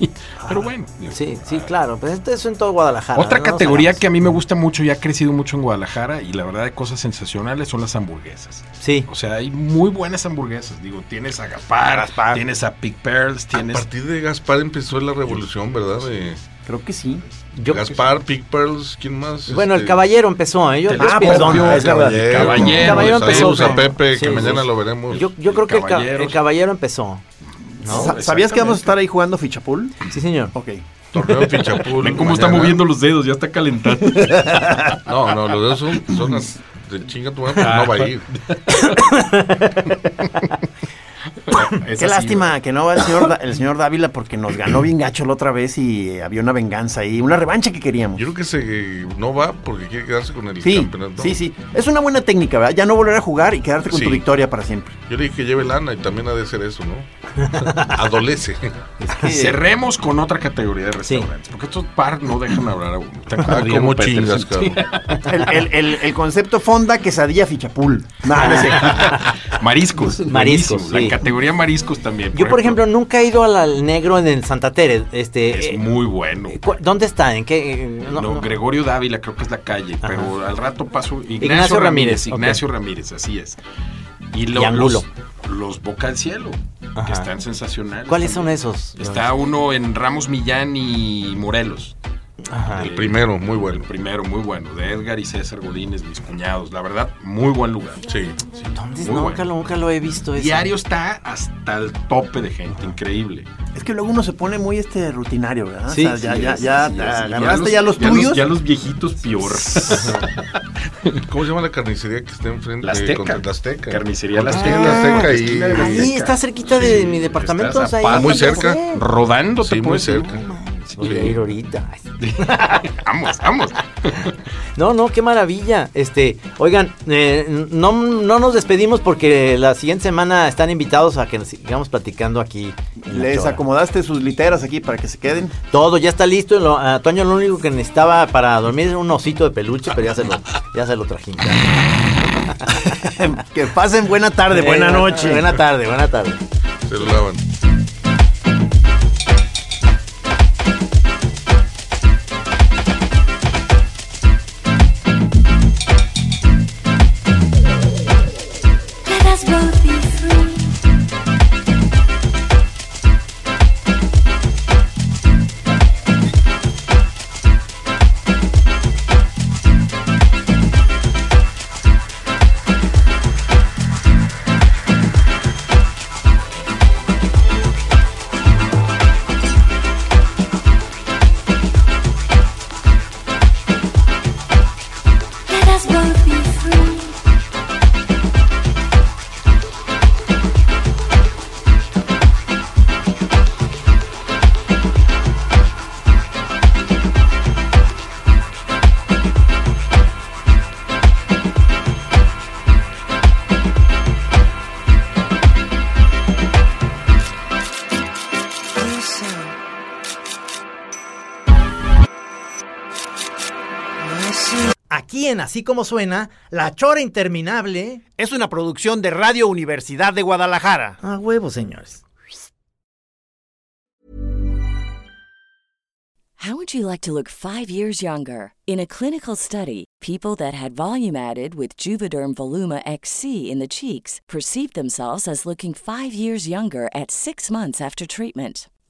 Speaker 3: Pero bueno. digo,
Speaker 2: Sí,
Speaker 3: ah.
Speaker 2: sí, claro. Pues esto es en todo Guadalajara.
Speaker 3: Otra
Speaker 2: no nos
Speaker 3: categoría
Speaker 2: hagamos.
Speaker 3: que a mí me gusta mucho y ha crecido mucho en Guadalajara y la verdad de cosas sensacionales son las hamburguesas.
Speaker 2: Sí.
Speaker 3: O sea, hay muy buenas hamburguesas. Digo, tienes a Gaspar,
Speaker 1: Gaspar.
Speaker 3: tienes a Pig Pearls,
Speaker 4: A
Speaker 3: tienes...
Speaker 4: partir de Gaspar empezó la revolución, ¿verdad? De
Speaker 1: Creo que sí.
Speaker 2: Yo-
Speaker 4: Gaspar, Pig Pearls, ¿quién más?
Speaker 2: Bueno, el
Speaker 4: Este,
Speaker 2: caballero empezó, ¿eh? Yo,
Speaker 3: Te
Speaker 2: yo
Speaker 3: la
Speaker 2: pienso-
Speaker 3: Ah, perdón,
Speaker 1: Obvio,
Speaker 3: es
Speaker 1: la verdad.
Speaker 4: Caballero,
Speaker 3: Caballero.
Speaker 2: Caballero
Speaker 4: Saludos
Speaker 2: empezó,
Speaker 4: a Pepe,
Speaker 2: sí,
Speaker 4: que mañana
Speaker 2: sí.
Speaker 4: lo veremos.
Speaker 2: Yo, yo
Speaker 3: El
Speaker 2: creo que el, ca-
Speaker 3: caballero.
Speaker 2: el caballero empezó. ¿no?
Speaker 1: Sa- ¿Sabías que vamos a estar ahí jugando fichapul?
Speaker 2: Sí, señor.
Speaker 1: Ok.
Speaker 4: Torneo de Pichapul.
Speaker 3: Ven cómo está
Speaker 4: mañana.
Speaker 3: moviendo los dedos, ya está calentando.
Speaker 4: No, no, los dedos son, son las de chinga tu madre, pero no
Speaker 3: Ah.
Speaker 4: va a ir.
Speaker 1: Qué lástima que no va el señor, Da- el señor Dávila porque nos ganó bien gacho la otra vez y eh, había una venganza ahí, una revancha que queríamos.
Speaker 4: Yo creo que se no va porque quiere quedarse con el
Speaker 1: Sí,
Speaker 4: campeonato.
Speaker 1: sí, sí. Es una buena técnica, ¿verdad? Ya no volver a jugar y quedarte con
Speaker 4: Sí.
Speaker 1: tu victoria para siempre.
Speaker 4: Yo le dije que lleve lana y también ha de ser eso, ¿no? Adolece.
Speaker 3: Cerremos con otra categoría de restaurantes, porque estos par no dejan hablar a uno. Están como
Speaker 4: Ah,
Speaker 3: Diego
Speaker 4: como
Speaker 3: Peterson.
Speaker 4: chingas,
Speaker 3: Sí.
Speaker 4: cabrón.
Speaker 1: El, el- el- el concepto fonda, quesadilla, fichapul.
Speaker 2: Ah,
Speaker 1: No, no es cierto.
Speaker 3: Mariscos.
Speaker 2: Mariscos,
Speaker 3: buenísimo.
Speaker 2: sí.
Speaker 3: La categoría mariscos también.
Speaker 2: Yo, por ejemplo, nunca he ido al, al negro en el Santa Tere. Este,
Speaker 3: es
Speaker 2: eh,
Speaker 3: muy bueno.
Speaker 2: eh, cu- ¿Dónde está? ¿En qué? eh, no,
Speaker 3: No,
Speaker 2: no.
Speaker 3: Gregorio Dávila creo que es la calle,
Speaker 2: Ajá.
Speaker 3: pero al rato paso Ignacio,
Speaker 2: Ignacio Ramírez,
Speaker 3: Ramírez,
Speaker 2: ok.
Speaker 3: Ignacio Ramírez, así es. Y, lo-
Speaker 2: Y Angulo.
Speaker 3: los los Boca al Cielo,
Speaker 2: Ajá.
Speaker 3: que están sensacionales.
Speaker 2: ¿Cuáles son
Speaker 3: también.
Speaker 2: esos?
Speaker 3: Está uno en Ramos Millán y Morelos.
Speaker 2: Ajá.
Speaker 4: El primero, muy
Speaker 3: El
Speaker 4: bueno.
Speaker 3: primero, muy bueno, de Edgar y César Godínez, mis cuñados. La verdad, muy buen lugar.
Speaker 4: Sí.
Speaker 2: ¿Dónde?
Speaker 3: Muy
Speaker 2: Nunca,
Speaker 3: bueno.
Speaker 2: lo, nunca lo he visto. ese.
Speaker 3: Diario está hasta el tope de gente, increíble.
Speaker 1: Es que luego uno se pone muy este rutinario, ¿verdad?
Speaker 2: Sí,
Speaker 1: o sea, ya,
Speaker 3: Sí,
Speaker 1: ya,
Speaker 3: sí,
Speaker 1: ya,
Speaker 3: sí,
Speaker 1: te
Speaker 2: Ah,
Speaker 3: sí.
Speaker 1: agarraste ya los, tuyos.
Speaker 3: Ya los viejitos peor.
Speaker 4: ¿Cómo se llama la carnicería que está enfrente?
Speaker 3: La Azteca.
Speaker 4: Contra la Azteca.
Speaker 3: Carnicería La
Speaker 4: Contra
Speaker 3: Azteca.
Speaker 4: Azteca y-
Speaker 3: Esquina de la
Speaker 2: Ahí
Speaker 3: Azteca.
Speaker 2: está cerquita de mi departamento.
Speaker 3: Estás
Speaker 2: o sea,
Speaker 3: a
Speaker 2: ahí
Speaker 3: pa-
Speaker 2: no
Speaker 4: muy
Speaker 2: te
Speaker 4: cerca. pues.
Speaker 2: pasé.
Speaker 3: Rodando
Speaker 4: Sí, muy cerca.
Speaker 2: Voy a ir ahorita. Ay,
Speaker 7: vamos, vamos.
Speaker 2: No, no, qué maravilla. Este, oigan, eh, no, no nos despedimos porque la siguiente semana están invitados a que nos sigamos platicando aquí. en La
Speaker 1: Les
Speaker 2: Chora.
Speaker 1: acomodaste sus literas aquí para que se queden.
Speaker 2: Todo ya está listo. Lo- a Toño lo único que necesitaba para dormir era un osito de peluche, pero ya se lo, ya se lo trajimos.
Speaker 1: que pasen buena tarde, buena
Speaker 2: Eh,
Speaker 1: noche.
Speaker 2: Buena tarde, buena tarde.
Speaker 4: Se lo lavan.
Speaker 8: Let us both be free. Let us both be free.
Speaker 2: Aquí en Así Como Suena, La Chora Interminable.
Speaker 9: Es una producción de Radio Universidad de Guadalajara.
Speaker 2: A Ah, huevo, señores.
Speaker 3: How would you like to look five years younger? In a clinical study, people that had volume added with Juvederm Voluma XC in the cheeks perceived themselves as looking five years younger at six months after treatment.